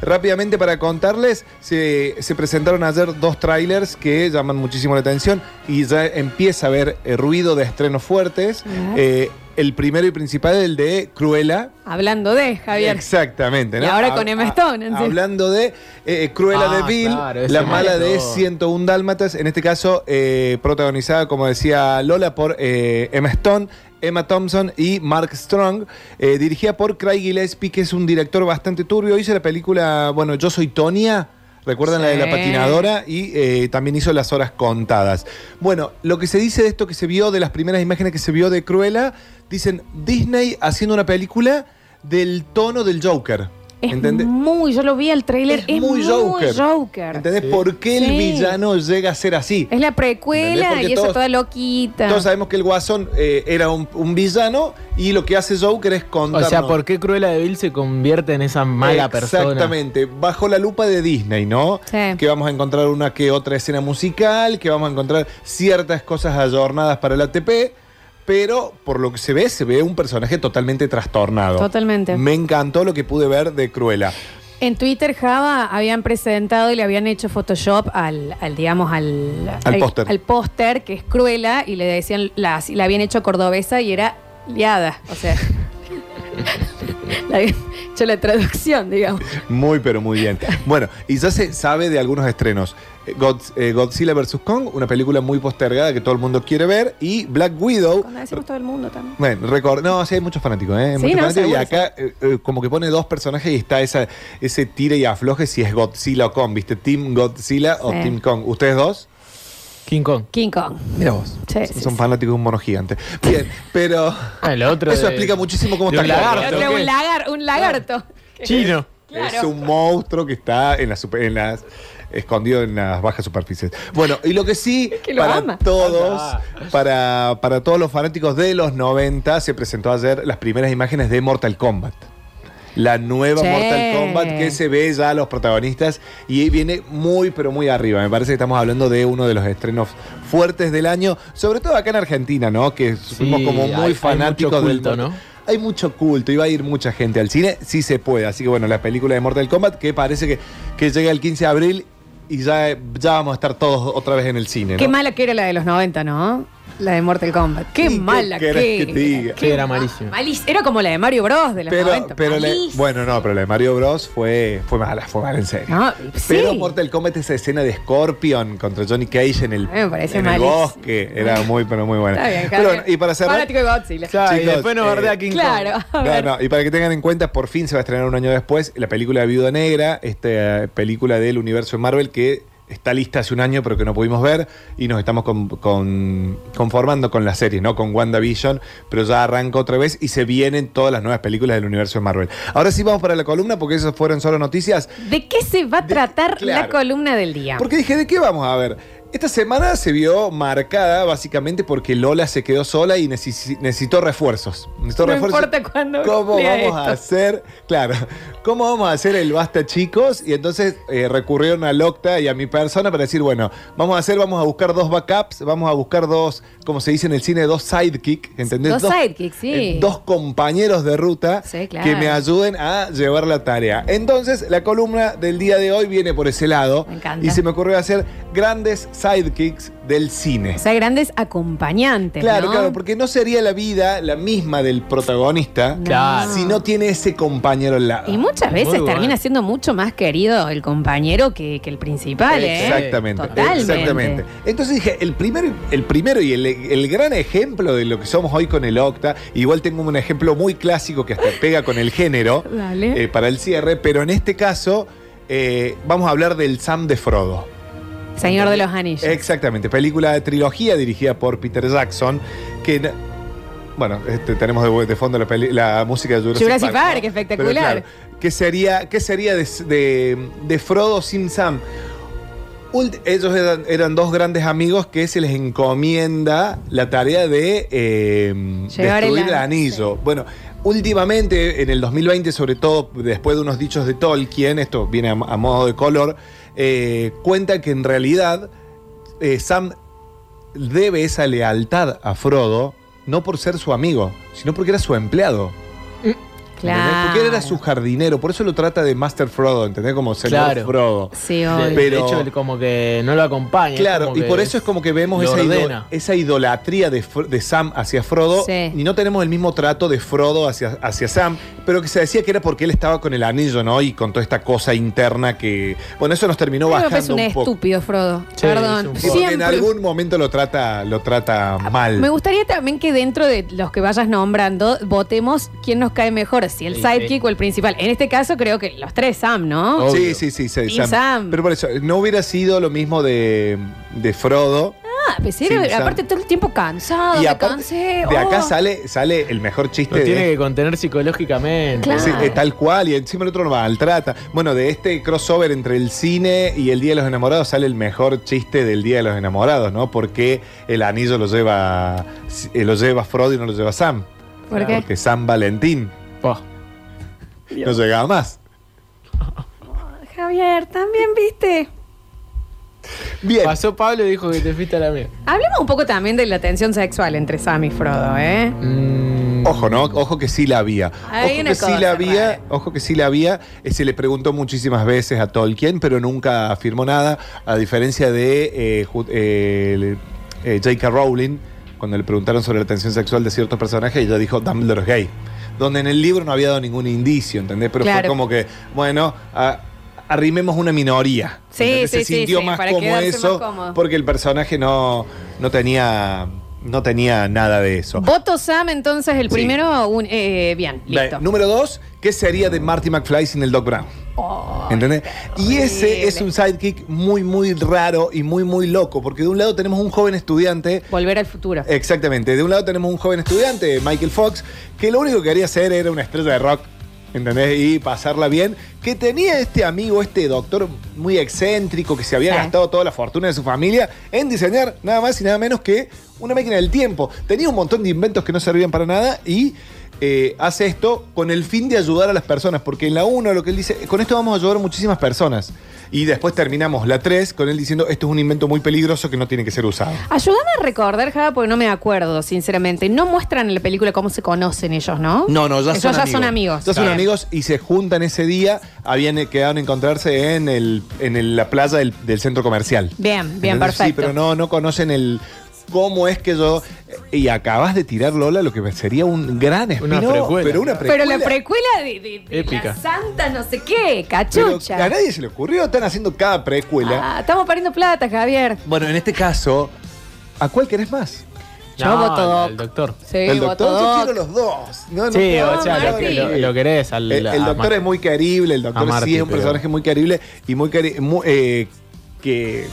Rápidamente para contarles, se, se presentaron ayer dos trailers que llaman muchísimo la atención y ya empieza a haber eh, ruido de estrenos fuertes. Eh, el primero y principal, el de Cruella.
Hablando de Javier.
Exactamente, ¿no? Ah,
Y ahora
Hab-
con Emma Stone.
a- Hablando de eh, Cruella
Ah,
de Vil,
claro, ese
la
me
mala de
gustó.
101 Dálmatas, en este caso eh, protagonizada, como decía Lola, por eh, Emma Stone, Emma Thompson y Mark Strong, eh, dirigida por Craig Gillespie, que es un director bastante turbio. Hizo la película, bueno, Yo soy Tonia. ¿Recuerdan la de la
Sí.
patinadora? Y eh, también hizo Las Horas Contadas. Bueno, lo que se dice de esto que se vio, de las primeras imágenes que se vio de Cruella, dicen Disney haciendo una película del tono del Joker.
Es
¿Entendés?
muy, yo lo vi al tráiler, es, muy Joker.
¿Entendés por qué el
Sí.
villano llega a ser así?
Es la
¿Entendés?
precuela
Porque
y eso
todos-
toda loquita.
Todos sabemos que el Guasón eh, era un, un villano y lo que hace Joker es
O
contarnos...
sea, ¿por qué Cruella de Vil se convierte en esa mala persona?
Exactamente, bajo la lupa de Disney, ¿no?
Sí.
Que vamos a encontrar una que otra escena musical, que vamos a encontrar ciertas cosas adornadas para el ATP, pero por lo que se ve, se ve un personaje totalmente trastornado.
Totalmente.
Me encantó lo que pude ver de Cruella.
En Twitter, Java habían presentado y le habían hecho Photoshop al, al, digamos, al,
Al póster.
al póster, que es Cruella, y le decían, la, la habían hecho cordobesa y era liada. O sea, le habían hecho la traducción, digamos.
Muy, pero muy bien. Bueno, y ya se sabe de algunos estrenos. Eh, God- eh, Godzilla vs. Kong, una película muy postergada que todo el mundo quiere ver, y Black Widow.
Cuando decimos todo el mundo también.
Bueno, recor- no, sí, hay muchos fanáticos, ¿eh?
Sí,
Muchos
no,
fanáticos, y
seguro,
acá eh, eh, como que pone dos personajes y está esa, ese tire y afloje si es Godzilla o Kong, ¿viste? Team Godzilla o
Sí.
Team Kong. ¿Ustedes dos?
King Kong.
King Kong.
Mira vos.
Eh, Sí,
Son fanáticos de un mono gigante. Bien, pero...
Ah, El otro
Eso
de-
explica muchísimo cómo
de
está
un
Kong.
lagarto,
Otro, un, lagar- un lagarto.
Chino.
Claro.
Es un monstruo que está en las, super- en las- escondido en las bajas superficies. Bueno, y lo que sí,
que lo
para
ama.
todos, para, para todos los fanáticos de los 90, se presentó ayer las primeras imágenes de Mortal Kombat. La nueva
Che.
Mortal Kombat que se ve ya a los protagonistas y viene muy, pero muy arriba. Me parece que estamos hablando de uno de los estrenos fuertes del año, sobre todo acá en Argentina, ¿no? Que fuimos como
hay- hay
muy
mucho
fanáticos del
culto, ¿no?
hay mucho culto y va a ir mucha gente al cine si se puede. Así que bueno, la película de Mortal Kombat que parece que, que llega el 15 de abril y ya, ya vamos a estar todos otra vez en el cine. ¿no?
Qué mala que era la de los 90, ¿no? La de Mortal Kombat. Qué
¿Y qué
mala que,
querés que
era.
te diga?
Qué
Sí, era
ma-
malísima.
malís- Era como la de Mario Bros. de los
Pero,
90.
pero la-
malísima.
bueno, no, pero la de Mario Bros. fue, fue mala, fue mala en serio.
No,
Pero
Ah, sí.
Mortal Kombat, esa escena de Scorpion contra Johnny Cage en el,
A mí me parece
en el
malísimo.
bosque, era muy, pero muy buena.
Está bien,
Pero bueno,
Javier.
y para cerrar,
Fanático de Godzilla.
Ya, y
Chicos,
después nos
eh,
bardea King
claro,
Kong.
a
No,
ver.
no, y para que tengan en cuenta, por fin se va a estrenar un año después la película de Viuda Negra, esta eh, película del universo de Marvel que está lista hace un año pero que no pudimos ver y nos estamos con- con- conformando con la serie, ¿no? Con WandaVision, pero ya arranca otra vez y se vienen todas las nuevas películas del universo de Marvel. Ahora sí vamos para la columna porque esas fueron solo noticias.
¿De qué se va a tratar
claro.
la columna del día?
Porque dije, ¿de qué vamos a ver? Esta semana se vio marcada básicamente porque Lola se quedó sola y necesi- necesitó refuerzos. Necesitó
No
refuerzos.
importa cuándo
¿Cómo
lea
vamos
esto.
a hacer? Claro, ¿cómo vamos a hacer el basta, chicos? Y entonces eh, recurrieron a Locta y a mi persona para decir, bueno, vamos a hacer, vamos a buscar dos backups, vamos a buscar dos, como se dice en el cine, dos sidekick, ¿entendés?
Dos sidekicks, sí.
eh, dos compañeros de ruta
Sí, claro.
que me ayuden a llevar la tarea. Entonces, la columna del día de hoy viene por ese lado.
Me encanta.
Y se me ocurrió hacer grandes sidekicks del cine.
O sea, grandes acompañantes.
Claro,
¿no?
claro, porque no sería la vida la misma del protagonista
Claro.
si no tiene ese compañero al lado.
Y muchas veces
Muy bueno.
termina siendo mucho más querido el compañero que, que el principal, ¿eh?
Exactamente.
Totalmente.
Exactamente. Entonces dije, el, primer, el primero y el, el gran ejemplo de lo que somos hoy con el Octa, igual tengo un ejemplo muy clásico que hasta pega con el género
Dale.
eh, para el cierre, pero en este caso eh, vamos a hablar del Sam de Frodo.
Señor de los Anillos.
Exactamente, película de trilogía dirigida por Peter Jackson, que... na- Bueno, este, tenemos de, de fondo la, peli- la música de Jurassic,
Jurassic
¿no?
Park, espectacular.
Pero claro, ¿Qué sería, qué sería de, de- de Frodo sin Sam? Ult- ellos eran, eran dos grandes amigos que se les encomienda la tarea de eh,
Llevar el
destruir el
anillo,
anillo. Bueno, últimamente, en el 2020, sobre todo después de unos dichos de Tolkien, esto viene a, a modo de color, eh, cuenta que en realidad eh, Sam debe esa lealtad a Frodo no por ser su amigo, sino porque era su empleado. ¿entendés?
Claro.
Porque él era su jardinero, por eso lo trata de Master Frodo, ¿entendés? Como señor
Claro.
Frodo.
Sí,
De, de
Pero-
hecho, él como que no lo acompaña.
Claro,
como
y
que
por eso es como que vemos
lo
esa, ido-
ordena.
esa idolatría de, Fro- de Sam hacia Frodo
Sí.
y no tenemos el mismo trato de Frodo hacia, hacia Sam, pero que se decía que era porque él estaba con el anillo, ¿no? Y con toda esta cosa interna que... Bueno, eso nos terminó
Ay, me
bajando
parece un,
un poco.
estúpido, Frodo.
Sí,
Perdón.
es un poco. En
Siempre.
algún momento lo trata, lo trata
Ah,
mal.
Me gustaría también que dentro de los que vayas nombrando, votemos quién nos cae mejor, si el
Sí,
sidekick o el principal. En este caso, creo que los tres Sam, ¿no?
Ah, Sí, sí, sí, sí,
Team Sam.
Pero por eso, no hubiera sido lo mismo de, de Frodo.
Ah, pues
Sí,
era-
Sam.
aparte todo el tiempo cansado,
Y
me
aparte,
cansé.
De acá
oh.
sale, sale el mejor chiste
Lo
de-
tiene que contener psicológicamente.
Claro.
Sí, eh, tal cual, y encima el otro lo maltrata. Bueno, de este crossover entre el cine y el Día de los Enamorados sale el mejor chiste del Día de los Enamorados, ¿no? Porque el anillo lo lleva, eh, lo lleva Frodo y no lo lleva Sam.
¿Por qué?
Porque San Valentín no llegaba más.
Javier, también viste.
Bien.
Pasó Pablo y dijo que te fuiste a la mía.
Hablemos un poco también de la tensión sexual entre Sam y Frodo, ¿eh?
Mm. Ojo, ¿no? Ojo que sí la había.
Hay
ojo
una
que sí
cosa
la había, ojo que sí la había. Eh, se le preguntó muchísimas veces a Tolkien, pero nunca afirmó nada, a diferencia de eh, Ju- eh, el- eh, J.K. Rowling, cuando le preguntaron sobre la tensión sexual de ciertos personajes, ella dijo Dumbledore es gay. Donde en el libro no había dado ningún indicio, ¿entendés? Pero fue
Claro.
como que, bueno, a- arrimemos una minoría.
Sí,
¿entendés?
sí,
Se
sí,
sintió
sí,
más
para
como
quedarse más
eso,
cómodo.
porque el personaje no, no tenía. No tenía nada de eso.
Voto Sam, entonces, el primero. un- eh, bien, listo.
Bien, Número dos, ¿qué sería de Marty McFly sin el Doc Brown?
Oh,
¿Entendés? Y ese es un sidekick muy, muy raro y muy, muy loco, porque de un lado tenemos un joven estudiante.
Volver al futuro.
Exactamente, de un lado tenemos un joven estudiante, Michael Fox, que lo único que quería hacer era una estrella de rock, ¿entendés? Y pasarla bien, que tenía este amigo, este doctor muy excéntrico, que se había
Sí.
gastado toda la fortuna de su familia en diseñar nada más y nada menos que una máquina del tiempo. Tenía un montón de inventos que no servían para nada y eh, hace esto con el fin de ayudar a las personas, porque en la 1 lo que él dice, con esto vamos a ayudar a muchísimas personas. Y después terminamos la 3 con él diciendo, esto es un invento muy peligroso que no tiene que ser usado.
Ayúdame a recordar, Java, porque no me acuerdo, sinceramente. No muestran en la película cómo se conocen ellos, ¿no?
No, no, ya
ellos
son
ya
amigos.
son amigos.
Ya son
Bien.
amigos y se juntan ese día. Habían eh, quedado en encontrarse en, el, en el- la playa del, del centro comercial.
Bien, bien,
¿Entendés? Sí,
perfecto.
pero no, no conocen el cómo es que yo. Y acabas de tirar, Lola, lo que sería un gran espino.
precuela.
Pero una
Pero
precuela.
la precuela de, de- de
Épica.
la santa no sé qué,
Pero
cachucha.
a nadie se le ocurrió, están haciendo cada precuela.
Ah, estamos perdiendo plata, Javier.
Bueno, en este caso, ¿a cuál querés más?
Yo voto Doc.
El doctor.
Sí,
el
voto
doctor, yo
Doc.
quiero los dos. No, no
Sí,
puedo.
o sea, lo, que- lo- lo querés al.
El, el
a
doctor
Ma-
es muy querible, el
a
doctor
Marty,
sí es un
pero-
personaje muy querible y muy, cari- mu- eh, que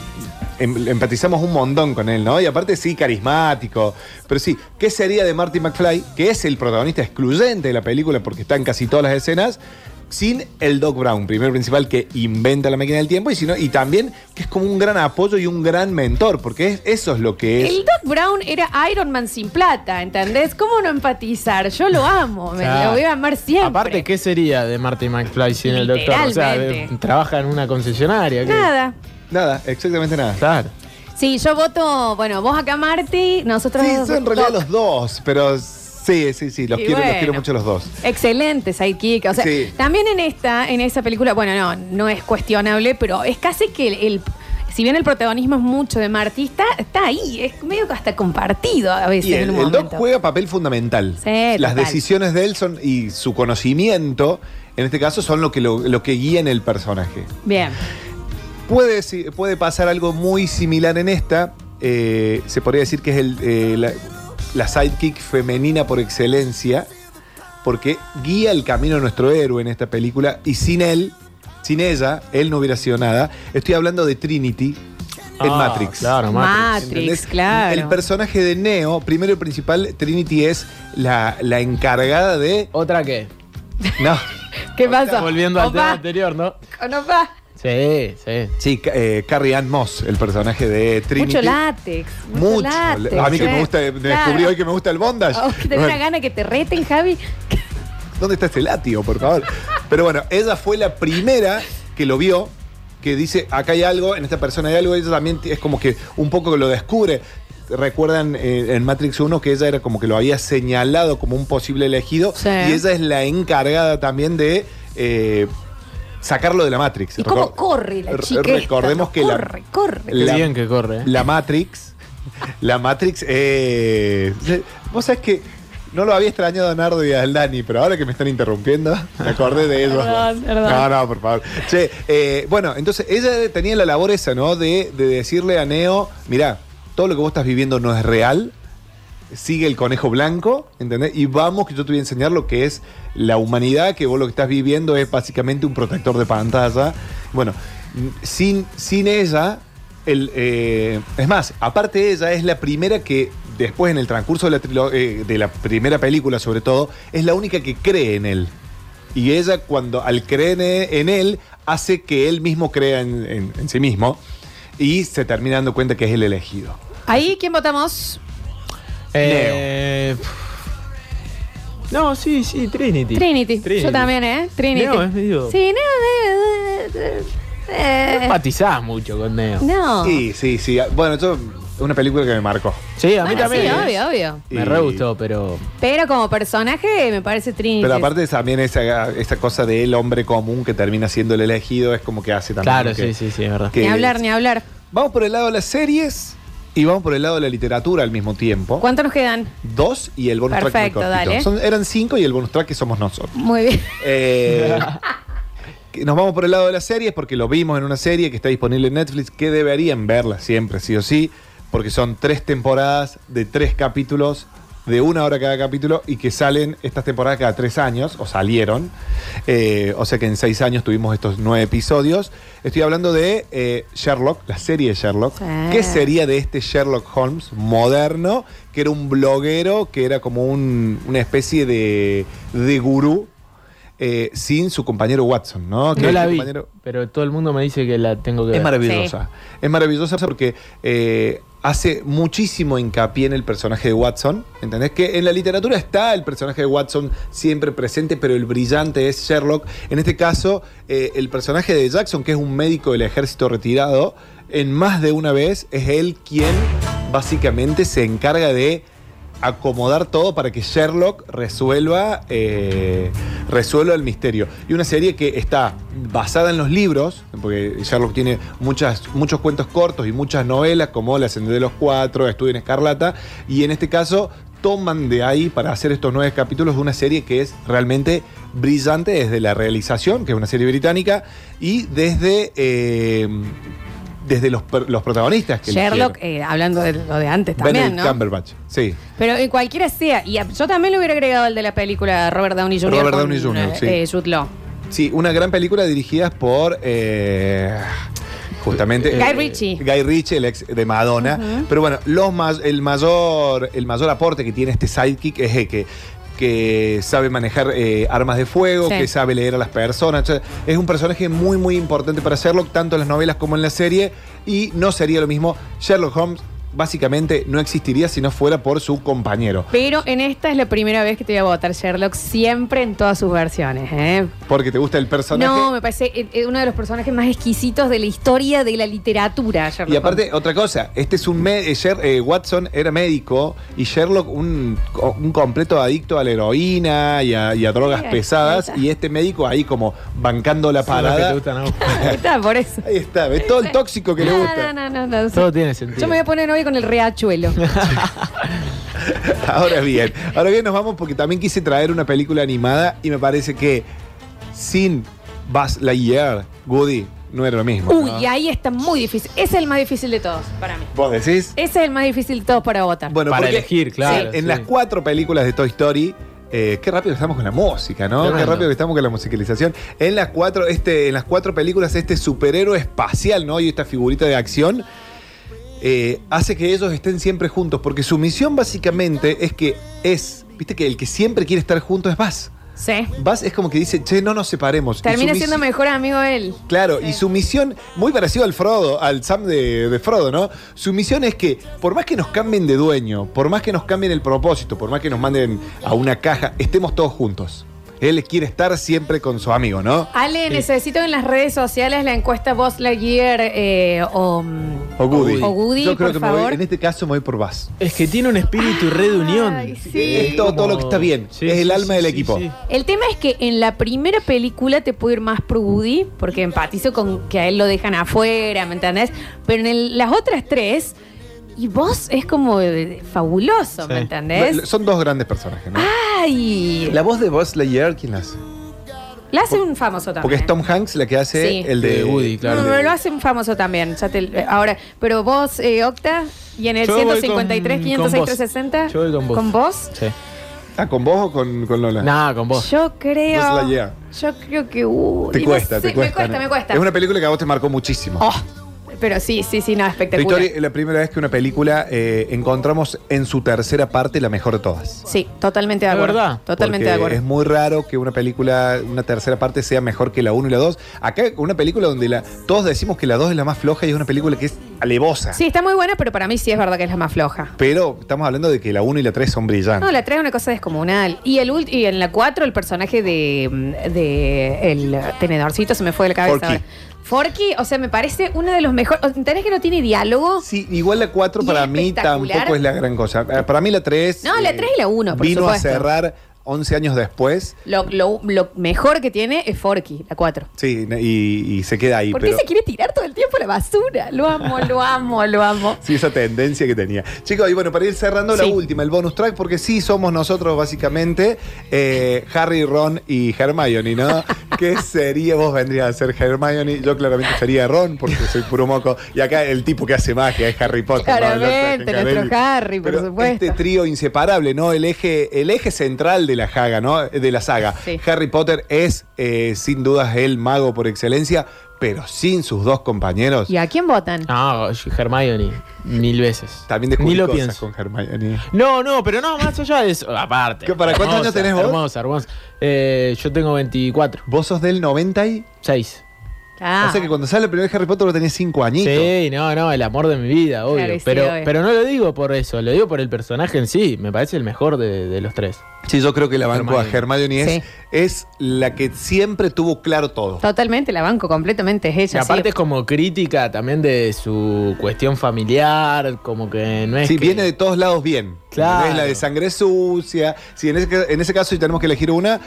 em- empatizamos un montón con él, ¿no? Y aparte sí, carismático. Pero sí, ¿qué sería de Marty McFly, que es el protagonista excluyente de la película porque está en casi todas las escenas, sin el Doc Brown, primero principal que inventa la máquina del tiempo, y, sino, y también que es como un gran apoyo y un gran mentor, porque es- eso es lo que es.
El Doc Brown era Iron Man sin plata, ¿entendés? ¿Cómo no empatizar? Yo lo amo, me
Claro.
lo voy a amar siempre.
Aparte, ¿qué sería de Marty McFly sin el doctor? O sea, de-
Literalmente.
trabaja en una concesionaria. ¿qué?
Nada.
Nada, exactamente nada.
Claro.
Sí, yo voto, bueno, vos acá Marty, nosotros...
Sí, son en realidad
Doc.
los dos, pero sí, sí, sí, los,
Y
quiero, los
bueno.
quiero mucho los dos.
Excelente, sidekick. O sea,
Sí.
también en esta, en esa película, bueno, no, no es cuestionable, pero es casi que el, el- si bien el protagonismo es mucho de Marty, está, está ahí, es medio que hasta compartido a veces
Y
en
el,
un
el
momento.
Doc juega papel fundamental.
Sí,
Las
total.
decisiones de él son, y su conocimiento, en este caso, son lo que, lo, lo que guían el personaje.
Bien.
Puede, si- puede pasar algo muy similar en esta. eh, se podría decir que es el, eh, la, la sidekick femenina por excelencia, porque guía el camino de nuestro héroe en esta película y sin él, sin ella, él no hubiera sido nada. Estoy hablando de Trinity en
Ah,
Matrix.
claro,
Matrix. Matrix, claro.
El personaje de Neo, primero y principal, Trinity es la, la encargada de...
¿Otra qué?
No.
¿Qué pasa?
Volviendo al tema anterior, ¿no?
Ah, no va?
Sí, sí.
Sí, ca- eh, Carrie Ann Moss, el personaje de Trinity.
Mucho látex. Mucho.
Mucho.
látex,
a mí que
sí.
me gusta, me
Claro.
descubrí hoy que me gusta el bondage.
Oh, que te da
Bueno,
una gana que te reten, Javi.
¿Dónde está este látigo, por favor? Pero bueno, ella fue la primera que lo vio, que dice, acá hay algo, en esta persona hay algo, ella también es como que un poco lo descubre. Recuerdan eh, en Matrix 1 que ella era como que lo había señalado como un posible elegido
Sí.
y ella es la encargada también de eh, sacarlo de la Matrix.
¿Y cómo
Recor-
corre la
re-
chica? esta?
recordemos que la-
corre, corre.
la-
bien que corre. ¿eh?
La Matrix. La Matrix. eh, Vos sabés que no lo había extrañado a Nardo y al Dani, pero ahora que me están interrumpiendo, me acordé de ellos.
Perdón, perdón.
No, no, por favor. Che, eh, bueno, entonces ella tenía la labor esa, ¿no? De, de decirle a Neo: Mirá, todo lo que vos estás viviendo no es real. Sigue el conejo blanco, ¿entendés? Y vamos, que yo te voy a enseñar lo que es la humanidad, que vos lo que estás viviendo es básicamente un protector de pantalla. Bueno, sin, sin ella, el, eh, es más, aparte ella es la primera que después en el transcurso de la, trilo- eh, de la primera película sobre todo, es la única que cree en él. Y ella cuando al creer e- en él hace que él mismo crea en, en- en sí mismo y se termina dando cuenta que es el elegido.
Ahí, ¿quién votamos?
Eh, No, sí, sí, Trinity.
Trinity. Yo también, ¿eh? Trinity.
Neo es medio-
Sí, Neo. eh, eh, eh,
No empatizás mucho con Neo.
No.
Sí, sí, sí. Bueno, yo, una película que me marcó.
Sí, a mí
Bueno,
también.
sí,
¿eh?
obvio, obvio.
Me re gustó, pero.
Pero como personaje me parece Trinity.
Pero aparte también esa, esa cosa del hombre común que termina siendo el elegido es como que hace también.
Claro,
que-
sí, sí, sí, es verdad.
que-
Ni hablar, ni hablar.
Vamos por el lado de las series y vamos por el lado de la literatura al mismo tiempo.
¿Cuántos nos quedan?
Dos y el bonus
Perfecto,
track. muy cortito.
dale.
Son- eran cinco y el bonus track que somos nosotros.
Muy bien.
Eh, que nos vamos por el lado de las series porque lo vimos en una serie que está disponible en Netflix que deberían verla siempre, sí o sí, porque son tres temporadas de tres capítulos, de una hora cada capítulo y que salen estas temporadas cada tres años, o salieron. Eh, o sea que en seis años tuvimos estos nueve episodios. Estoy hablando de eh, Sherlock, la serie de Sherlock.
Sí.
¿Qué sería de este Sherlock Holmes moderno? Que era un bloguero, que era como un- una especie de, de gurú eh, sin su compañero Watson, ¿no? Que
No
es
la
su
vi,
compañero-
pero todo el mundo me dice que la tengo que ver.
es maravillosa. Es maravillosa porque eh, hace muchísimo hincapié en el personaje de Watson. ¿Entendés? Que en la literatura está el personaje de Watson siempre presente, pero el brillante es Sherlock. En este caso, eh, el personaje de Jackson, que es un médico del ejército retirado, en más de una vez es él quien básicamente se encarga de acomodar todo para que Sherlock resuelva, eh, resuelva el misterio. Y una serie que está basada en los libros, porque Sherlock tiene muchas, muchos cuentos cortos y muchas novelas, como La Senda de los Cuatro, Estudio en Escarlata, y en este caso toman de ahí para hacer estos nueve capítulos una serie que es realmente brillante desde la realización, que es una serie británica, y desde, eh, desde los, per- los protagonistas que
Sherlock,
eligieron.
eh, hablando de lo de antes también,
Benedict
¿no?
Cumberbatch, sí.
Pero en cualquiera sea. Y a- yo también le hubiera agregado el de la película Robert Downey Jr.
Robert
con,
Downey Jr.,
eh,
sí.
eh, Jude Law.
Sí, una gran película dirigida por. eh, justamente. eh,
Guy Ritchie.
Guy Ritchie, el ex de Madonna.
Ujú.
Pero bueno, los más, el, mayor, el mayor aporte que tiene este sidekick es eh, que que sabe manejar eh, armas de fuego,
Sí.
que sabe leer a las personas. O sea, es un personaje muy, muy importante para Sherlock, tanto en las novelas como en la serie. Y no sería lo mismo. Sherlock Holmes básicamente no existiría si no fuera por su compañero.
Pero en esta es la primera vez que te voy a votar Sherlock, siempre en todas sus versiones. ¿eh?
Porque te gusta el personaje.
No, me parece eh, eh, uno de los personajes más exquisitos de la historia de la literatura, Sherlock
Y aparte, otra cosa, este es un me- eh, Sher- eh, Watson era médico y Sherlock un, co- un completo adicto a la heroína y a, y a drogas
Sí, ahí
pesadas.
está.
Y este médico ahí como bancando la
Son los que
parada.
te gustan a vos.
Holmes. Ahí está, por eso.
Ahí está, ve todo el tóxico que le gusta.
No, no, no, no, no.
Todo tiene
Yo
sentido.
me voy a poner hoy con el riachuelo.
Ahora bien, ahora bien nos vamos porque también quise traer una película animada y me parece que sin Buzz Lightyear, Woody no era lo mismo.
Uy,
¿no?
y ahí está muy difícil. Ese es el más difícil de todos para mí.
¿Vos decís?
Ese es el más difícil de todos para votar.
Bueno,
Para
porque
elegir, claro,
En
sí.
las cuatro películas de Toy Story. eh, qué rápido que estamos con la música, ¿no? Qué
Tremendo.
rápido que estamos con la musicalización. En las cuatro, este, en las cuatro películas, este superhéroe espacial, ¿no? Y esta figurita de acción. eh, hace que ellos estén siempre juntos. Porque su misión básicamente es que es. Viste que el que siempre quiere estar junto es Buzz.
Sí.
Buzz es como que dice, che, no nos separemos. Y
Termina
su
siendo
misi-
mejor amigo él.
Claro, y su misión, muy parecido al Frodo, al Sam de, de Frodo, ¿no? Su misión es que, por más que nos cambien de dueño, por más que nos cambien el propósito, por más que nos manden a una caja, estemos todos juntos. Él quiere estar siempre con su amigo, ¿no?
Ale,
Sí.
necesito en las redes sociales la encuesta Boss Lightyear eh, o, mm,
O Goody.
o Goody,
Yo creo
por
que me voy-
favor.
en este caso me voy por Buzz.
Es que tiene un espíritu y red de unión.
Es todo, todo lo que está bien.
Sí,
es el
sí, sí,
alma del
sí,
equipo.
sí.
El tema es que en la primera película te puedo ir más pro Woody, porque empatizo con que a él lo dejan afuera, ¿me entendés? Pero en el- las otras tres, y vos es como eh, fabuloso, ¿me
Sí.
entendés?
Lo- Son dos grandes personajes, ¿no?
¡Ay!
La voz de Buzz Lightyear, ¿quién la hace?
La hace un famoso también.
Porque es Tom Hanks la que hace
Sí.
el de
De Woody, claro.
No, pero lo hace un famoso también. ya te- eh, ahora, pero vos, eh, Octa, y en el
Yo voy
153,
con-
506,
con vos.
360.
Yo voy con vos.
¿Con vos?
Sí.
Ah, ¿con vos o con, con Lola?
Nada, con vos.
Yo creo.
Buzz Lightyear.
Yo creo que. uh,
Te
y no
cuesta,
sé,
te cuesta.
Me cuesta,
¿no?
me cuesta.
Es una película que a vos te marcó muchísimo.
Oh, pero sí, sí, sí, no, espectacular.
Victoria, es la primera vez que una película eh, encontramos en su tercera parte la mejor de todas.
Sí, totalmente de
Es
acuerdo.
verdad.
Totalmente de
Porque
acuerdo.
Es muy raro que una película, una tercera parte sea mejor que la 1 y la 2. Acá una película donde la, todos decimos que la 2 es la más floja y es una película que es alevosa.
Sí, está muy buena, pero para mí sí es verdad que es la más floja.
Pero estamos hablando de que la 1 y la 3 son brillantes.
No, la 3 es una cosa descomunal. Y el ulti- y en la 4 el personaje de, mm, de el tenedorcito se me fue de la cabeza.
Forky.
ahora. Forky, o sea, me parece uno de los mejores. ¿Tenés que no tiene diálogo?
Sí, igual la 4
Y
para
es
mí
espectacular.
tampoco es la gran cosa. Eh, Para mí la 3...
No, la tres y la uno, por
Vino
supuesto.
a cerrar 11 años después.
Lo, lo- lo mejor que tiene es Forky, la 4.
Sí, y, y se queda ahí.
Porque
pero...
se quiere tirar todo el tiempo a la basura. Lo amo, lo amo, lo amo.
Sí, esa tendencia que tenía. Chicos, y bueno, para ir cerrando la
Sí.
última, el bonus track, porque sí somos nosotros básicamente eh, Harry, Ron y Hermione, ¿no? ¿Qué sería? Vos vendrías a ser Hermione, yo claramente sería Ron, porque soy puro moco. Y acá el tipo que hace magia es Harry Potter. ¿no?
Claramente,
Doctor Gengarelli.
nuestro Harry, por
Pero
supuesto.
Este trío inseparable, ¿no? El eje, el eje central de la saga, ¿no? De la saga.
Sí.
Harry Potter es, eh, sin dudas, el mago por excelencia, pero sin sus dos compañeros.
¿Y a quién votan?
No, Hermione, mil veces.
También descubrí
Ni lo
cosas
pienso.
con Hermione.
No, no, pero no, más allá de eso. Aparte.
¿Qué- para cuántos años tenés vos?
Hermosa, hermosa. Eh, yo tengo 24.
Vos sos del 96.
Ah,
O sea que cuando sale el primer Harry Potter lo tenés 5 añitos.
Sí, no, no, el amor de mi vida, obvio.
Claro, sí,
pero,
obvio.
pero no lo digo por eso, lo digo por el personaje en sí. Me parece el mejor de, de los tres.
Sí, yo creo que la banco a
Hermione.
Hermione
Sí.
es, es la que siempre tuvo claro todo.
totalmente la banco, completamente es
Y
ella.
aparte
sí.
es como crítica también de su cuestión familiar, como que no es.
Sí,
que-
viene de todos lados bien.
Claro.
No Es la de sangre sucia. Si en ese, ca- en ese caso si tenemos que elegir una,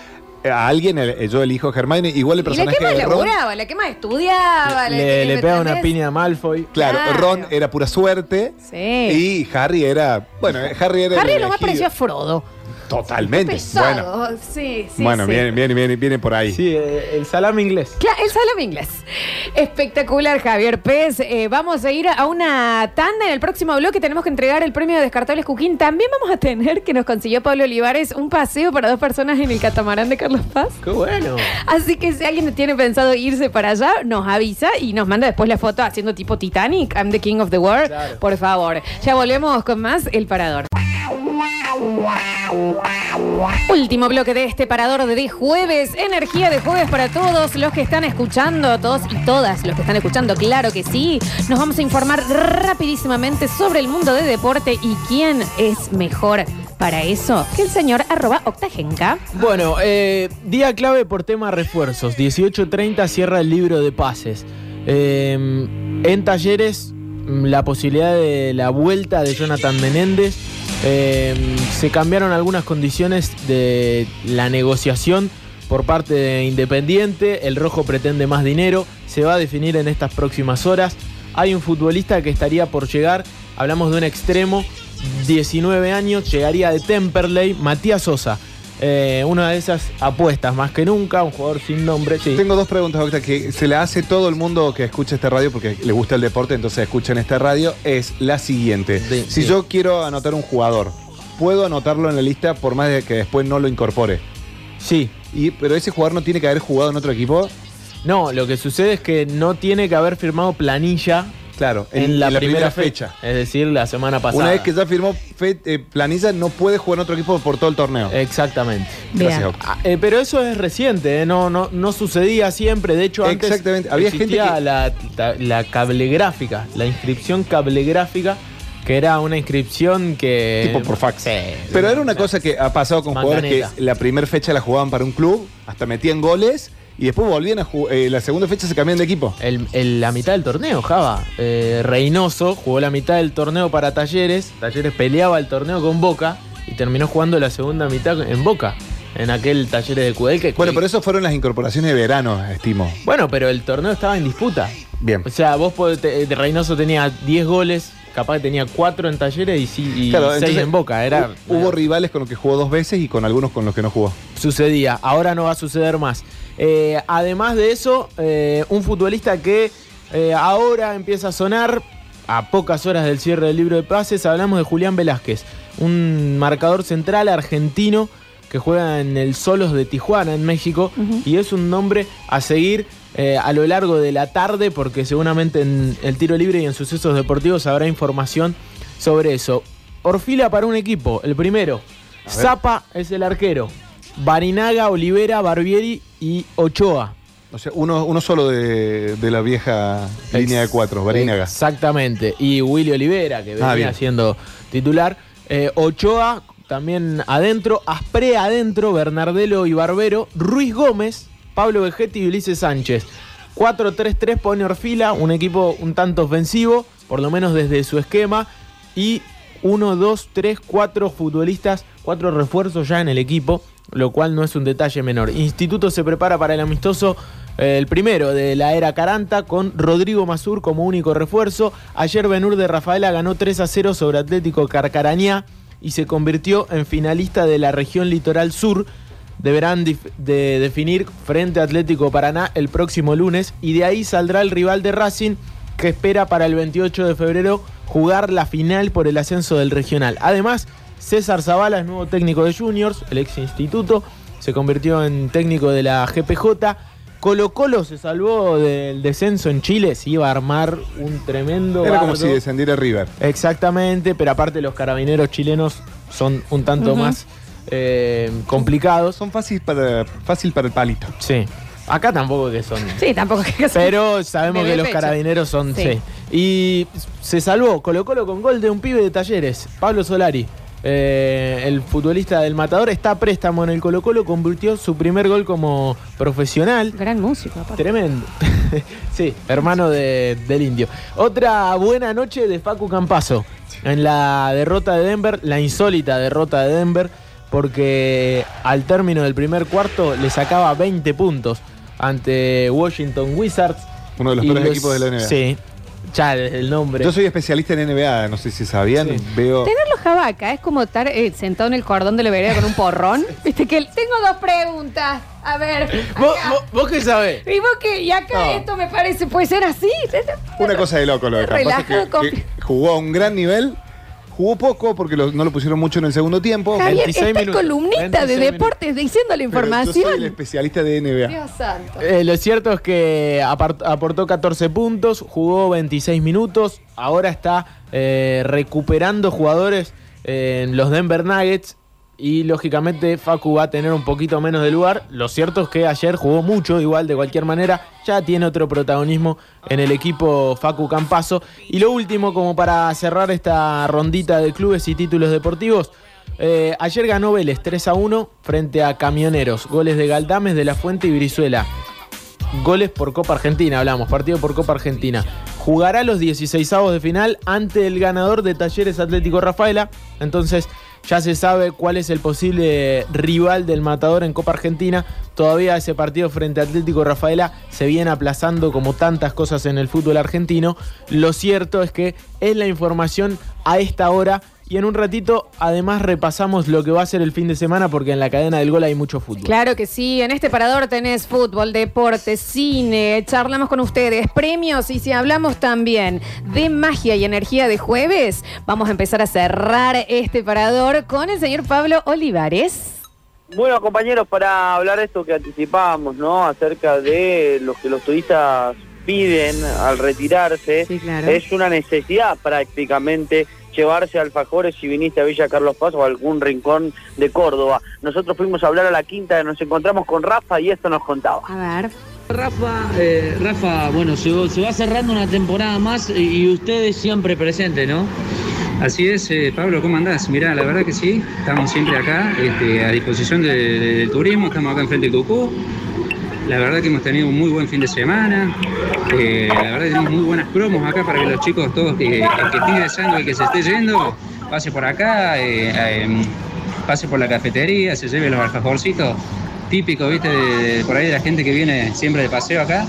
eh, a alguien el- eh, yo elijo a Hermione. Igual
Y
el
la
personaje
que más
de Ron.
laburaba, la que más estudiaba. la
Le,
que-
le
¿me
pega una
entendés?
piña a Malfoy.
Claro,
Claro.
Ron era pura suerte.
Sí.
Y Harry era. Bueno, eh, Harry era. el
Harry lo más
elegido.
pareció a Frodo.
Totalmente. Bueno,
Pesado. sí, sí.
bueno
sí.
viene, viene, viene, viene por ahí.
Sí, eh, el salame inglés.
Claro, el salón inglés. Espectacular, Javier Pérez. Eh, vamos a ir a una tanda en el próximo bloque. Tenemos que entregar el premio de Descartables Cuquín. También vamos a tener, que nos consiguió Pablo Olivares, un paseo para dos personas en el catamarán de Carlos Paz.
Qué bueno.
Así que si alguien tiene pensado irse para allá, nos avisa y nos manda después la foto haciendo tipo Titanic, I'm the King of the World, por favor. Ya volvemos con más El Parador. Último bloque de este parador de jueves, energía de jueves para todos los que están escuchando, todos y todas los que están escuchando, claro que sí. Nos vamos a informar rapidísimamente sobre el mundo de deporte y quién es mejor para eso que el señor arroba octagenca.
Bueno, eh, día clave por tema refuerzos. 18.30 cierra el libro de pases. Eh, en talleres, mm, la posibilidad de la vuelta de Jonathan Menéndez. Eh, se cambiaron algunas condiciones de la negociación por parte de Independiente. El Rojo pretende más dinero. Se va a definir en estas próximas horas. Hay un futbolista que estaría por llegar. Hablamos de un extremo 19 años, llegaría de Temperley, Matías Sosa. Eh, una de esas apuestas más que nunca, un jugador sin nombre. Sí.
Tengo dos preguntas, Octa, que se la hace todo el mundo que escucha esta radio porque le gusta el deporte, entonces escuchan esta radio. Es la siguiente: si
sí.
yo quiero anotar un jugador, ¿puedo anotarlo en la lista por más de que después no lo incorpore?
Sí.
Y, pero ese jugador no tiene que haber jugado en otro equipo.
No, lo que sucede es que no tiene que haber firmado planilla.
Claro, en- en la primera fecha.
Es decir, la semana pasada.
Una vez que ya firmó fe- eh, Planilla, no puede jugar en otro equipo por todo el torneo.
Exactamente.
Gracias, Octa.
Ah, eh, pero eso es reciente, ¿eh? no, no, no sucedía siempre. De hecho, antes
Exactamente. Había gente
existía
que-
la, ta- la cablegráfica, la inscripción cablegráfica, que era una inscripción que.
Tipo por
fax.
Pero era una cosa que ha pasado con
Manganeta.
jugadores que la primera fecha la jugaban para un club, hasta metían goles y después volvían a jugar. eh, la segunda fecha se cambian de equipo.
la mitad del torneo, Java. Eh, Reynoso jugó la mitad del torneo para Talleres. Talleres peleaba el torneo con Boca y terminó jugando la segunda mitad en Boca, en aquel Talleres de Cudel que.
Bueno, pero eso fueron las incorporaciones de verano, estimo.
Bueno, pero el torneo estaba en disputa.
Bien.
O sea, vos podés- te- eh, Reynoso tenía 10 goles, capaz que tenía 4 en Talleres y, sí- y
Claro,
6
entonces,
en Boca. Era,
hu- Hubo rivales con los que jugó dos veces y con algunos con los que no jugó.
sucedía, ahora no va a suceder más. Eh, además de eso, eh, un futbolista que eh, ahora empieza a sonar a pocas horas del cierre del libro de pases, hablamos de Julián Velázquez, un marcador central argentino que juega en el Solos de Tijuana, en México, y es un nombre a seguir eh, a lo largo de la tarde, porque seguramente en el tiro libre y en sucesos deportivos habrá información sobre eso. Orfila para un equipo, el primero. Zapa es el arquero. Barinaga, Olivera, Barbieri y Ochoa.
O sea, uno, uno solo de, de la vieja línea de cuatro, Barinaga.
Exactamente. Y Willy Olivera, que venía
Ah, bien.
siendo titular. Eh, Ochoa también adentro. Asprea adentro, Bernardelo y Barbero. Ruiz Gómez, Pablo Vegetti y Ulises Sánchez. 4-3-3 pone Orfila, un equipo un tanto ofensivo, por lo menos desde su esquema. Y 1, 2, 3, 4 futbolistas, 4 refuerzos ya en el equipo, lo cual no es un detalle menor. Instituto se prepara para el amistoso, eh, el primero de la era Caranta, con Rodrigo Mazur como único refuerzo. Ayer Benur de Rafaela ganó 3 a 0 sobre Atlético Carcarañá y se convirtió en finalista de la región litoral sur. Deberán dif- de definir frente a Atlético Paraná el próximo lunes y de ahí saldrá el rival de Racing que espera para el 28 de febrero jugar la final por el ascenso del regional. Además, César Zavala es nuevo técnico de Juniors, el ex instituto, se convirtió en técnico de la GPJ. Colo Colo se salvó del descenso en Chile, se iba a armar un tremendo...
Era como
bardo.
si descendiera River.
Exactamente, pero aparte los carabineros chilenos son un tanto
Ujú.
más eh, complicados.
Son fáciles para, fácil para el palito.
Sí. Acá tampoco que son.
Sí, tampoco es que
Pero sabemos
Bebé
que los
pecho.
carabineros son.
Sí.
Sí. Y se salvó Colo Colo con gol de un pibe de talleres, Pablo Solari. Eh, el futbolista del Matador está a préstamo en el Colo Colo, convirtió su primer gol como profesional.
Gran músico, aparte.
Tremendo. sí, hermano de- del indio. Otra buena noche de Facu Campazo. En la derrota de Denver, la insólita derrota de Denver, porque al término del primer cuarto le sacaba 20 puntos ante Washington Wizards.
Uno de los
Y
peores equipos de la NBA.
Sí, ya el nombre.
Yo soy especialista en NBA, no sé si sabían. Veo.
Tenerlo jabaca es como estar eh, sentado en el cordón de la vereda con un porrón. Viste que el- tengo dos preguntas. A ver.
¿Vos,
acá.
vos, vos qué sabés?
Y vos que, y acá
No.
esto me parece, puede ser así.
Una cosa de loco lo de Campazzo,
Relajado,
que- que, jugó a un gran nivel, jugó poco porque lo- no lo pusieron mucho en el segundo tiempo.
Javier, está en columnista de deportes diciendo la
Pero Yo soy el
información.
especialista de NBA.
Dios santo.
Eh, lo cierto es que apart- aportó 14 puntos, jugó 26 minutos, ahora está eh, recuperando jugadores eh, los Denver Nuggets. Y lógicamente Facu va a tener un poquito menos de lugar. Lo cierto es que ayer jugó mucho, igual de cualquier manera. Ya tiene otro protagonismo en el equipo Facu Campaso. Y lo último, como para cerrar esta rondita de clubes y títulos deportivos. eh, ayer ganó Vélez 3 a 1 frente a Camioneros. Goles de Galdames, de La Fuente y Brizuela goles por Copa Argentina, hablamos, partido por Copa Argentina. Jugará los 16 de final ante el ganador de Talleres Atlético Rafaela. Entonces ya se sabe cuál es el posible rival del matador en Copa Argentina. Todavía ese partido frente a Atlético Rafaela se viene aplazando como tantas cosas en el fútbol argentino. Lo cierto es que es la información a esta hora. Y en un ratito además repasamos lo que va a ser el fin de semana porque en la cadena del gol hay mucho fútbol.
Claro que sí, en este parador tenés fútbol, deporte, cine, charlamos con ustedes, premios y si hablamos también de magia y energía de jueves, vamos a empezar a cerrar este parador con el señor Pablo Olivares.
Bueno, compañeros, para hablar de esto que anticipábamos, ¿no? Acerca de los que los turistas piden al retirarse, es una necesidad prácticamente llevarse alfajores si viniste a Villa Carlos Paz o a algún rincón de Córdoba. Nosotros fuimos a hablar a la quinta, nos encontramos con Rafa y esto nos contaba.
A ver.
Rafa, eh, Rafa, bueno, se, se va cerrando una temporada más y, y ustedes siempre presentes, ¿no?
Así es, eh, Pablo, ¿cómo andás? Mirá, la verdad que sí, estamos siempre acá, este, a disposición de- de- del turismo, estamos acá enfrente de Cucú. La verdad que hemos tenido un muy buen fin de semana, eh, la verdad que tenemos muy buenas promos acá para que los chicos, todos, que, el que esté deseando, el que se esté yendo, pase por acá, eh, eh, pase por la cafetería, se lleve los alfajorcitos, típico, viste, de- de- por ahí de la gente que viene siempre de paseo acá.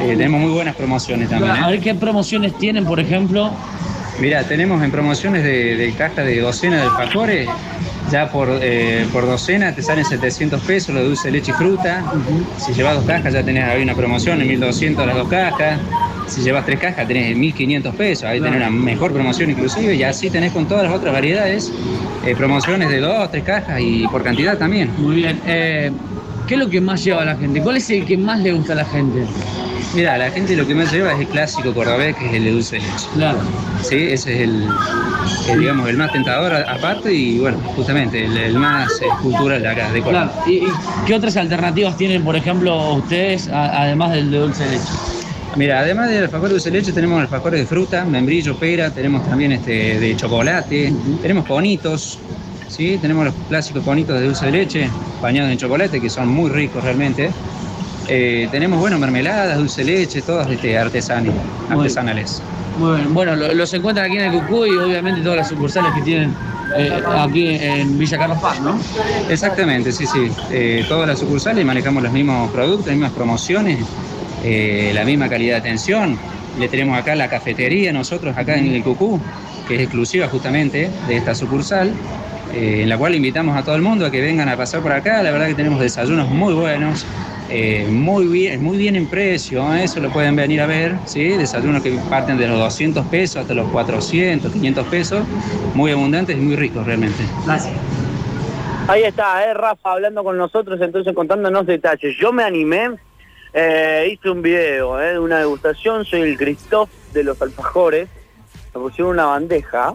Eh, tenemos muy buenas promociones también. ¿eh?
A ver qué promociones tienen, por ejemplo.
Mira, tenemos en promociones de, de caja de docena de alfajores, ya por, eh, por docena te salen 700 pesos los dulce de leche y fruta. Si llevas dos cajas ya tenés ahí una promoción en 1200 las dos cajas. Si llevas tres cajas tenés 1500 pesos, ahí tenés una mejor promoción inclusive y así tenés con todas las otras variedades eh, promociones de dos, tres cajas y por cantidad también.
Muy bien. eh, ¿Qué es lo que más lleva a la gente? ¿Cuál es el que más le gusta a la gente?
Mira, la gente lo que más lleva es el clásico cordobés, que es el de dulce de leche.
Claro.
Sí, ese es el, el, digamos, el más tentador a- aparte y bueno, justamente el, el más eh, cultural de acá, de Córdoba.
Claro. ¿Y, y qué otras alternativas tienen, por ejemplo, ustedes, a- además del de dulce de leche?
Mira, además del alfajor de dulce de leche tenemos alfajores de fruta, membrillo, pera, tenemos también este de chocolate, tenemos conitos, ¿sí? tenemos los clásicos conitos de dulce de leche, bañados en chocolate, que son muy ricos realmente. Eh, tenemos, bueno, mermeladas, dulce de leche, todas este, artesanis- artesanales.
Muy bien. Bueno, lo- los encuentran aquí en el Cucuy y obviamente todas las sucursales que tienen eh, aquí en Villa Carlos Paz, ¿no?
Exactamente, sí, sí. Eh, todas las sucursales manejamos los mismos productos, las mismas promociones, eh, la misma calidad de atención. Le tenemos acá la cafetería, nosotros acá en el Cucú, que es exclusiva justamente de esta sucursal, eh, en la cual invitamos a todo el mundo a que vengan a pasar por acá. La verdad que tenemos desayunos muy buenos, eh, muy, bien, muy bien en precio, ¿eh? eso lo pueden venir a ver, ¿sí? desayunos que parten de los 200 pesos hasta los 400, 500 pesos, muy abundantes y muy ricos realmente.
Gracias.
Ahí está, eh, Rafa hablando con nosotros, entonces contándonos detalles. Yo me animé, eh, hice un video eh, de una degustación, soy el Christoph de los alfajores, me pusieron una bandeja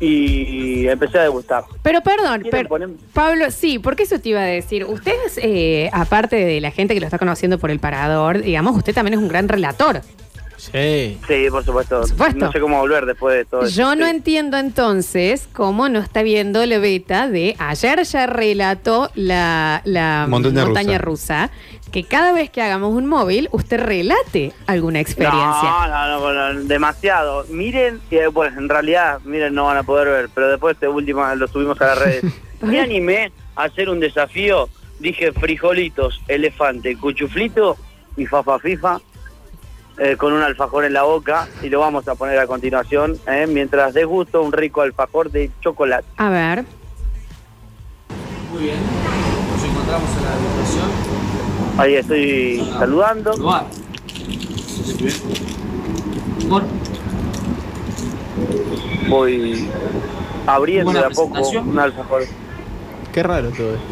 y empecé a degustar.
Pero perdón,
¿Quieren
pero- Pablo, sí, porque eso te iba a decir. Ustedes, eh, aparte de la gente que lo está conociendo por el parador, digamos, usted también es un gran relator.
Sí.
Sí, por supuesto. No sé cómo volver después de todo
Yo
esto.
no entiendo entonces cómo no está viendo la beta de ayer ya relató la, la
Montaña
rusa. que cada vez que hagamos un móvil, usted relate alguna experiencia.
No, no, no, no, demasiado. Miren, que, bueno, en realidad, miren, no van a poder ver, pero después de última lo subimos a las redes. Me animé a hacer un desafío, dije frijolitos, elefante, cuchuflito y fafa fifa eh, con un alfajor en la boca y lo vamos a poner a continuación eh, mientras desgusto un rico alfajor de chocolate.
A ver.
Muy bien. Nos encontramos en la degustación.
Ahí estoy saludando. Voy abriendo de
Buena
a poco
presentación.
un alfajor.
Qué raro todo esto.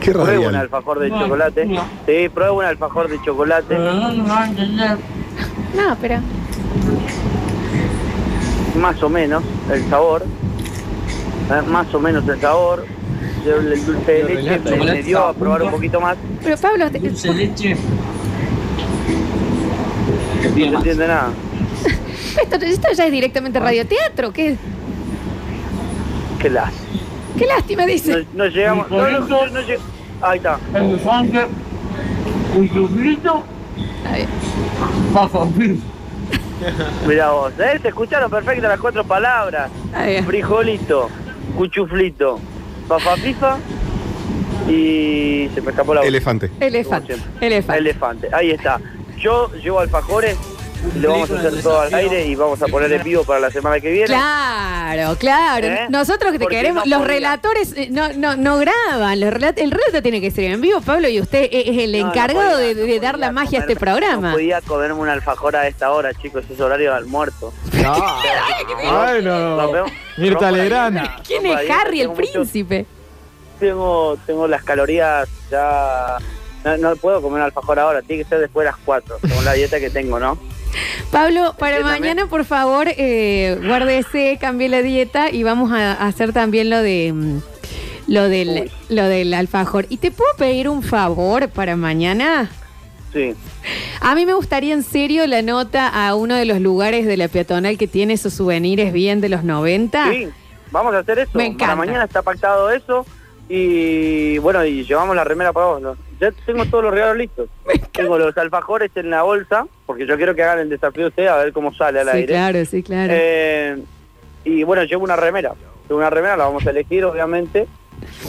Qué
Pruebo
radial.
un alfajor de
No, Ah.
chocolate. Sí, pruebo un alfajor de chocolate.
No, pero.
más o menos el sabor, eh, más o menos el sabor. Yo El dulce de leche me- me,
Chocolate.
dio a probar un poquito más.
Pero Pablo, te-
Dulce de leche.
No se entiende nada.
esto, esto ya es directamente radioteatro. ¿Qué,
Qué las.
qué lástima, dice.
No llegamos. No, no, no, no lleg- Ahí está.
Un chuflito. Paco.
Mirá vos, ¿eh? Se escucharon perfecto las cuatro palabras. Frijolito, cuchuflito, papá pifa y se me escapó la voz.
Elefante.
Elefante. Elefante.
Ahí está. Yo llevo alfajores, lo vamos a hacer todo al aire y vamos a poner en vivo para la semana que viene.
Claro, claro.
¿Eh?
Nosotros que te
Porque
queremos,
no
los
podía.
relatores eh, no, no, no graban. Los relat- el relato tiene que ser en vivo, Pablo, y usted e-, es es el
No, no
encargado
podía,
de, de dar la magia a este
No
programa.
podía comerme un alfajor a esta hora, chicos, es horario de almuerzo.
Ay, no. Mirta Legrand.
¿Quién es Harry, el príncipe?
Tengo, tengo las calorías ya... No, no puedo comer un alfajor ahora, tiene que ser después de las 4, según la dieta que tengo, ¿no?
Pablo, para mañana, por favor, eh, guárdese, cambie la dieta y vamos a, a hacer también lo de mm, lo del, lo del alfajor. ¿Y te puedo pedir un favor para mañana?
Sí.
A mí me gustaría en serio la nota a uno de los lugares de la peatonal que tiene esos souvenirs bien de los 90.
Sí, vamos a hacer eso.
Me encanta.
Para mañana está pactado eso. Y bueno, y llevamos la remera para vos. ¿no? Ya tengo todos los regalos listos. Tengo los alfajores en la bolsa, porque yo quiero que hagan el desafío ustedes a ver cómo sale al
Sí,
aire.
claro, sí, claro.
Eh, y bueno, llevo una remera. Llevo una remera, la vamos a elegir, obviamente.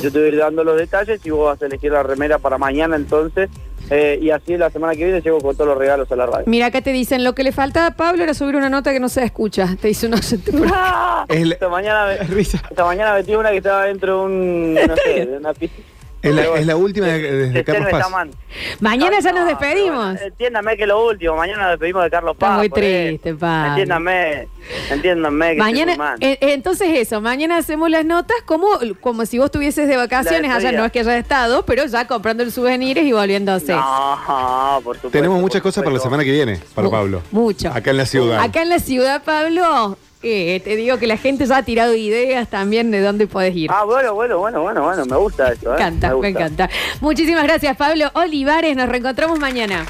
Yo te voy a ir dando los detalles y vos vas a elegir la remera para mañana entonces. Eh, y así la semana que viene llego con todos los regalos a la radio.
Mira, acá te dicen, lo que le faltaba a Pablo era subir una nota que no se escucha. Te dice un oyente por acá.
Esta mañana, me- esta mañana metí una que estaba dentro de un, no sé, de una piscina.
Es la, es la última de, desde
Este
Carlos
me está
Paz.
mal.
Mañana ya nos despedimos.
Entiéndame que es lo último, mañana nos despedimos de Carlos
Está
Paz.
muy
por eso.
triste, Pablo.
Entiéndame, entiéndame que estoy muy
Mañana,
mal.
eh, eh, entonces eso, mañana hacemos las notas como, como si vos estuvieses de vacaciones
La
allá,
despedida.
no es que hayas estado, pero ya comprando el souvenirs y volviéndose.
No, por supuesto.
Tenemos muchas cosas para la semana que viene, para Pablo.
Mucho.
Acá en la ciudad.
Acá en la ciudad, Pablo, eh, te digo que la gente ya ha tirado ideas también de dónde podés ir.
Ah, bueno, bueno, bueno, bueno, bueno, me gusta eso. ¿eh?
Me encanta, me
gusta.
encanta. Muchísimas gracias, Pablo Olivares. Nos reencontramos mañana.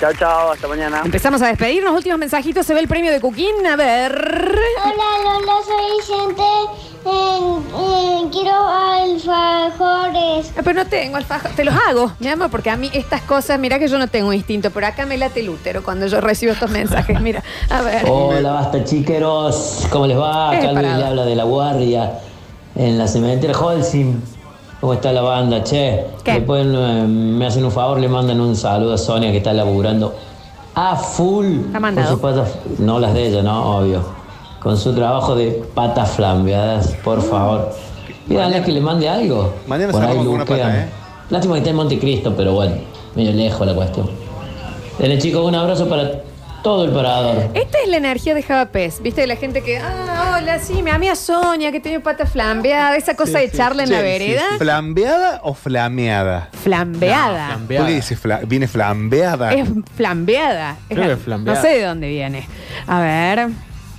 Chao, chao, hasta mañana.
Empezamos a despedirnos. Últimos mensajitos. Se ve el premio de Cuquín. A ver.
Hola Lola, soy gente. quiero alfajores.
Ah, Pero no tengo alfajores. Te los hago, mi amor, porque a mí estas cosas, mira que yo no tengo instinto, pero acá me late el útero cuando yo recibo estos mensajes. Mira, a ver.
Hola, basta chiqueros. ¿Cómo les va?
Eh,
Acá Luis
parado.
le habla de la guardia en la cementera Holcim. ¿Cómo está la banda? Che,
¿Qué?
después eh, me hacen un favor, le mandan un saludo a Sonia que está laburando a full.
Ha mandado.
Con sus patas- no las de ella, ¿no? Obvio. Con su trabajo de patas flambeadas,
Uh.
por favor. Pídanle que le mande algo.
Mañana
Por ahí
cerramos con una
luquean.
pata, ¿eh?
Lástima que está en Montecristo, pero bueno, medio lejos la cuestión. Dale chicos, un abrazo para todo el parador.
Esta es la energía de Javapés, ¿viste? De la gente que, ah, hola, sí, mi amiga Sonia, que tiene pata flambeada, esa cosa de charla en la
Che,
vereda.
sí, sí. ¿Flambeada o flameada?
Flambeada.
¿Por qué dice fla- viene flambeada?
Es flambeada.
Creo que es
No
flambeada.
sé de dónde viene. A ver.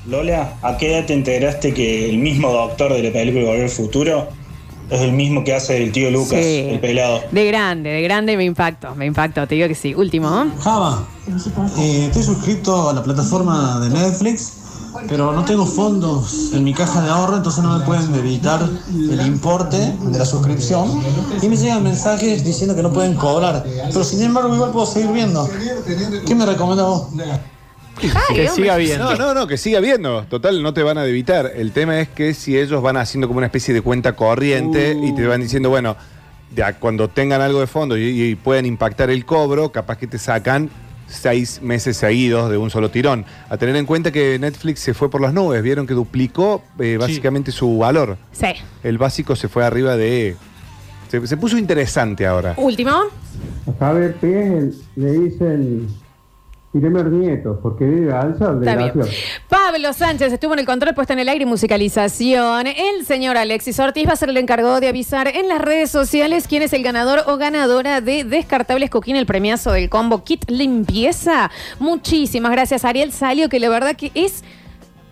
Lola, ¿a qué edad te enteraste que el mismo doctor de la película Volver al Futuro es el mismo que hace el tío Lucas,
Sí.
el pelado?
De grande, de grande me impactó, me impactó, te digo que sí. Último.
Java, eh, estoy suscrito a la plataforma de Netflix, pero no tengo fondos en mi caja de ahorro, entonces no me pueden debitar el importe de la suscripción. Y me llegan mensajes diciendo que no pueden cobrar, pero sin embargo igual puedo seguir viendo. ¿Qué me recomienda vos?
que siga viendo.
viendo.
No, no, no, que siga viendo. Total, no te van a debitar. El tema es que si ellos van haciendo como una especie de cuenta corriente y te van diciendo, bueno, ya cuando tengan algo de fondo y, y pueden impactar el cobro, capaz que te sacan seis meses seguidos de un solo tirón. A tener en cuenta que Netflix se fue por las nubes, vieron que duplicó eh, básicamente su valor.
Sí.
El básico se fue arriba de... Se, se puso interesante ahora.
Último.
A Javier Piel le dicen primer nieto, porque vive alza de
Está bien. Pablo Sánchez estuvo en el control puesto en el aire y musicalización. El señor Alexis Ortiz va a ser el encargado de avisar en las redes sociales quién es el ganador o ganadora de Descartables Coquín, el premiazo del combo Kit Limpieza. Muchísimas gracias, Ariel Salio, que la verdad que es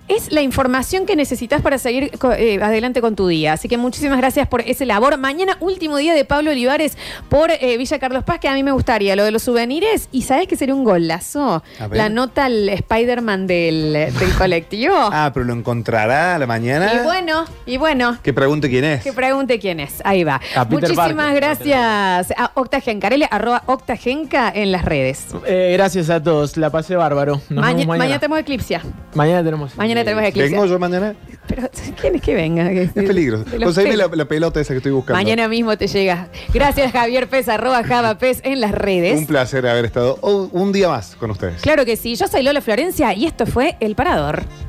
Es la información que necesitas para seguir co- eh, adelante con tu día. Así que muchísimas gracias por ese labor. Mañana, último día de Pablo Olivares por eh, Villa Carlos Paz, que a mí me gustaría lo de los souvenirs. ¿Y sabes que sería un golazo?
A ver.
La nota al Spider-Man del, del colectivo.
Ah, pero lo encontrará a la mañana.
Y bueno, y bueno.
Que pregunte quién es.
Que pregunte quién es. Ahí va.
A Peter
Muchísimas
Parker.
gracias a Octa Gencarelli, arroba Octa Genca en las redes.
Eh, gracias a todos, la pasé bárbaro. Nos
Maña-
vemos
mañana.
mañana.
tenemos eclipsia.
Mañana tenemos.
Mañana tenemos eclipse.
¿Vengo yo mañana?
Pero, ¿quién es que venga? Es
Es peligroso. Conseguime la, la pelota esa que estoy buscando.
Mañana mismo te llega. Gracias, Javier Pez, arroba Java Pez en las redes.
Un placer haber estado un- un día más con ustedes.
Claro que sí. Yo soy Lola Florencia y esto fue El Parador.